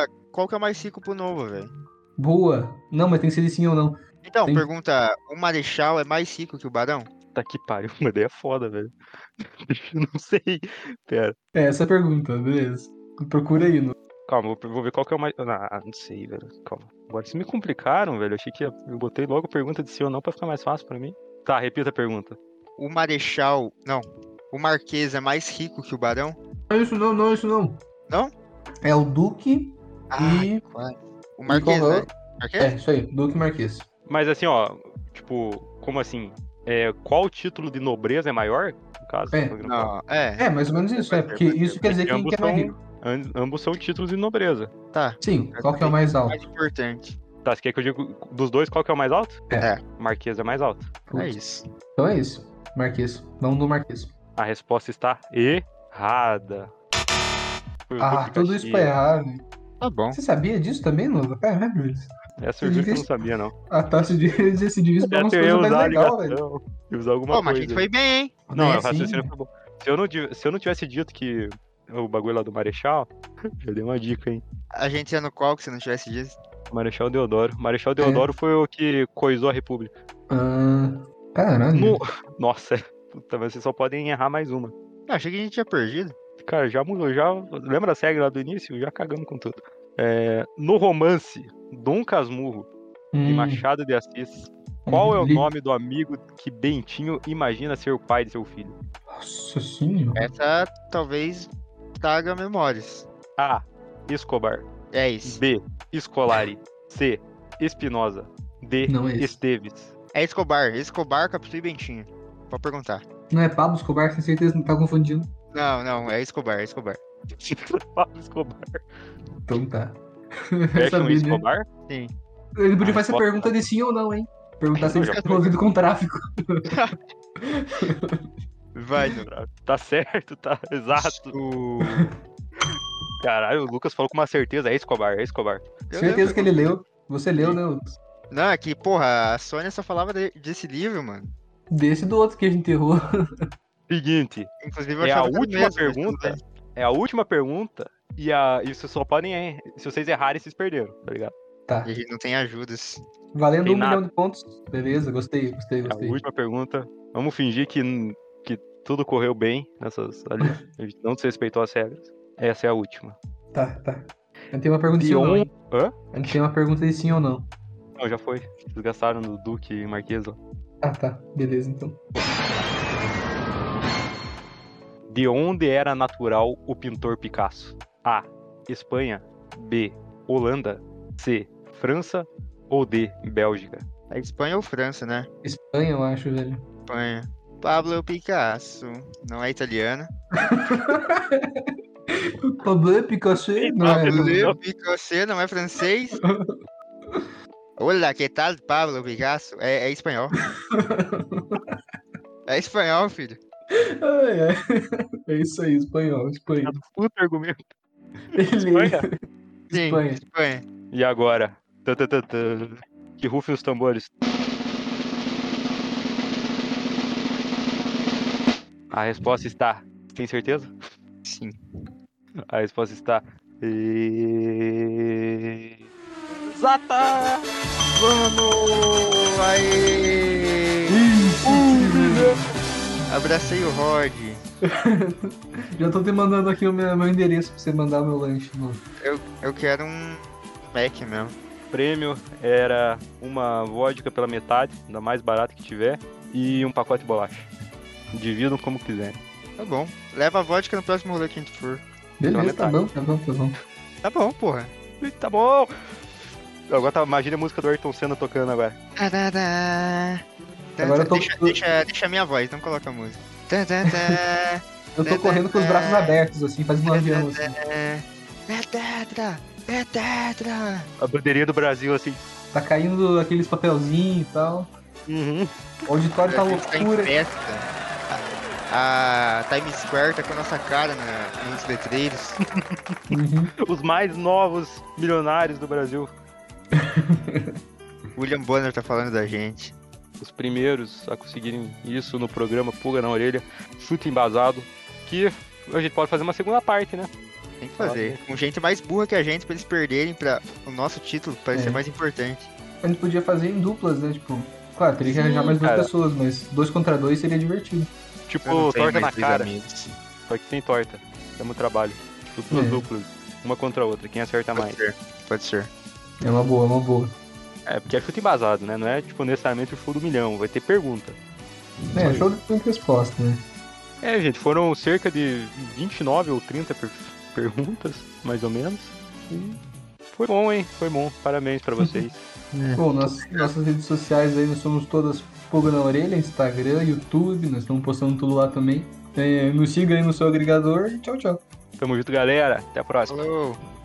S2: né?
S3: qual que é o mais rico pro Nova, velho.
S2: Boa. Não, mas tem que ser de sim ou não.
S3: Então,
S2: Tem-
S3: pergunta, o Marechal é mais rico que o Barão?
S1: Tá que pariu, (laughs) uma ideia foda, velho. (laughs) Eu não sei. Pera.
S2: É essa a pergunta, beleza. Procura aí. No...
S1: Calma, vou, vou ver qual que é o mais. Ah, não sei, velho. Calma. Agora vocês me complicaram, velho. Eu achei que ia- eu botei logo a pergunta de sim ou não pra ficar mais fácil pra mim. Tá, repita a pergunta.
S3: O Marechal. Não. O Marquês é mais rico que o Barão?
S2: Não, isso não, não, isso não.
S3: Não?
S2: É o Duque
S1: Ah,
S3: Ai,
S2: e.
S3: quase. O
S2: e
S3: Marquês,
S2: qual é o-
S3: né? Marquês?
S2: É, isso aí, Duque e Marquês.
S1: Mas assim, ó, tipo, como assim? É, qual título de nobreza é maior? No caso,
S2: É.
S1: do programa?
S3: Não, é.
S2: É, mais ou menos isso, é. Porque isso quer dizer que quem
S1: Ambos
S2: é mais
S1: são-
S2: rico.
S1: An- ambos são títulos de nobreza.
S3: Tá.
S2: Sim, qual que é o mais
S3: O
S2: alto?
S3: mais importante.
S1: Tá, você quer que eu diga dos dois qual que é o mais alto?
S2: É.
S1: Marquês é mais alto.
S3: É
S2: Putz.
S3: isso.
S2: Então é isso. Marquês. Vamos no Marquês.
S1: A resposta está errada. Foi o
S2: Ah,
S1: Duque
S2: tudo
S1: Caxias.
S2: isso pra errar, velho.
S3: Tá bom.
S2: Você sabia disso também, Nova? Caramba, Luiz.
S1: Essa eu juro que eu não sabia, não.
S2: a taxa de (laughs) decidir isso pra umas
S1: Até (laughs) eu ia
S2: coisas mais
S1: usar a
S2: legais, velho.
S1: ligação. E usar né? alguma
S3: Pô, mas a
S1: coisa.
S3: gente foi bem, hein?
S1: é Não,
S2: É,
S1: o raciocínio
S2: sim.
S1: foi bom. Se eu, não, tive- se eu não tivesse dito que o bagulho lá do Marechal, (laughs) eu dei uma dica, hein?
S3: A gente ia no qual que se não tivesse disso.
S1: Marechal Deodoro.
S2: É.
S1: Marechal Deodoro foi o que coisou a República.
S2: Ah, caralho.
S1: No- (laughs) Nossa, puta, mas vocês só podem errar mais uma.
S3: Eu achei que a gente tinha perdido.
S1: Cara, já mudou, já. Lembra a regra lá do início? Já cagamos com tudo. É, no romance, Dom Casmurro e
S2: Hum.
S1: Machado de Assis, Qual é o
S2: Li-
S1: nome do amigo que Bentinho imagina ser o pai de seu filho?
S2: Nossa
S1: É
S2: senhora.
S3: Essa talvez traga memórias.
S1: A. Escobar.
S3: É isso.
S1: B. Escolari. C. Espinosa. D.
S2: Não é esse.
S1: Esteves.
S3: É Escobar. Escobar, Capitu e Bentinho. Pode perguntar.
S2: Não é Pablo Escobar, tenho certeza, não tá confundindo.
S3: Não, não, é Escobar, é Escobar.
S1: Pablo Escobar.
S2: Então tá. (laughs) Eu
S1: Beckman
S2: sabia, né?
S1: Escobar?
S2: Ele podia fazer
S1: um Ah,
S2: pergunta de sim ou não, hein? Perguntar se ele
S1: Eu
S2: está
S3: já-
S2: envolvido com tráfico.
S3: (laughs) Vai, Nuno.
S1: Tá certo, tá (laughs) exato.
S3: O-
S1: Caralho, o Lucas falou com uma certeza. É Escobar, é Escobar.
S3: Eu
S2: certeza
S3: lembro.
S2: que ele leu. Você leu, né? Lucas?
S3: Não, é que, porra, a Sônia só falava de- desse livro, mano.
S2: Desse e do outro que a gente errou.
S1: Seguinte,
S3: Inclusive, eu
S1: É a
S3: achava que era o
S1: última
S3: mesmo, né, mas
S1: pergunta?
S3: tudo bem.
S1: é a última pergunta e, a, e vocês só podem. er- Se vocês errarem, vocês perderam, tá ligado?
S2: Tá.
S3: E não tem ajudas.
S2: Valendo
S1: Tem
S2: um
S1: nada.
S2: milhão de pontos. Beleza, gostei, gostei,
S1: É a
S2: gostei.
S1: última pergunta. Vamos fingir que, que tudo correu bem nessas ali. A gente não desrespeitou as regras. Essa é a última.
S2: Tá, tá. Eu não tenho uma pergunta de sim ou não.
S1: Dion.
S2: hein?
S1: Hã?
S2: Eu não tenho uma pergunta de sim ou não.
S1: Não, já foi. Vocês gastaram no Duque e Marquês lá.
S2: Ah, tá. Beleza, então.
S1: De onde era natural o pintor Picasso? A. Espanha. B. Holanda. C. França. Ou D. Bélgica.
S3: É Espanha ou França, né?
S2: Espanha, eu acho, velho.
S3: Espanha. Pablo Picasso. Não é italiano.
S2: Pablo Picasso, não é?
S1: Pablo.
S2: não.
S3: Pablo Picasso não é francês? Olá, que tal, Pablo Picasso? É, é espanhol. É espanhol, filho.
S2: Ai, ai. (laughs) É isso aí, espanhol, espanhol.
S1: Puta argumento.
S2: Ele-
S1: Espanha?
S3: Sim,
S2: Espanha.
S3: Espanha.
S1: E agora? Tã, tã, tã, tã. Que rufem os tambores. A resposta está. Tem certeza?
S3: Sim.
S1: A resposta está. E... Exata!
S3: Vamos! Aê!
S1: Uh.
S2: Ih,
S3: Abracei o Rod.
S2: Já tô te mandando aqui o meu, meu endereço pra você mandar meu lanche, mano.
S3: Eu quero um Mac mesmo.
S1: O prêmio era uma vodka pela metade, da mais barata que tiver, e um pacote de bolacha. Dividam como quiser.
S3: Tá bom. Leva a vodka no próximo rolê que a gente for.
S2: Beleza, tá
S1: metade.
S2: bom, tá bom, tá bom.
S3: Tá bom, porra.
S1: Ih, Tá bom! Agora tá, imagina a música do Ayrton Senna tocando agora.
S3: Tarará.
S2: Agora eu tô-
S3: deixa, deixa, deixa a minha voz, não coloca a música. Tá, tá, tá.
S2: Eu tô correndo
S1: é.
S2: com os braços abertos, assim, faz um avião, assim.
S3: É é tetra! É tetra!
S1: A bandeirinha do Brasil, assim.
S2: Tá caindo aqueles papelzinhos e tal.
S1: Uhum.
S2: O auditório tá
S3: A gente em
S2: loucura.
S3: festa. A, a Times Square tá com a nossa cara na, nos letreiros.
S2: Uhum.
S1: Os mais novos milionários do Brasil.
S3: William Bonner tá falando da gente.
S1: Os primeiros a conseguirem isso no programa Pulga na Orelha, Chute Embasado, que a gente pode fazer uma segunda parte, né?
S3: Tem que fazer. Com gente mais burra que a gente pra eles perderem pra o nosso título parecer
S2: É.
S3: mais importante.
S2: A gente podia fazer em duplas, né? Tipo, claro, teria que
S1: Sim,
S2: arranjar mais duas
S1: cara.
S2: pessoas, mas dois contra dois seria divertido.
S1: Tipo,
S3: Eu não tenho
S1: torta
S3: mais
S1: na
S3: três
S1: cara.
S3: amigos.
S1: Só que sem torta. É muito trabalho. Tipo, duas
S2: É.
S1: duplas. Uma contra a outra. Quem acerta
S3: Pode
S1: mais.
S3: ser. Pode ser.
S2: É uma boa, é uma boa.
S1: É, porque é chute embasado, né? Não é, tipo, necessariamente o show do milhão. Vai ter pergunta.
S2: É, show de pergunta e resposta, né?
S1: É, gente, foram cerca de 29 ou 30 per- perguntas, mais ou menos. E foi bom, hein? Foi bom. Parabéns pra vocês.
S2: Bom, nós- nossas redes sociais aí, nós somos todas Pulga na Orelha, Instagram, YouTube, nós estamos postando tudo lá também. É, nos siga aí no seu agregador e tchau, tchau.
S1: Tamo junto, galera. Até a próxima.
S3: Falou!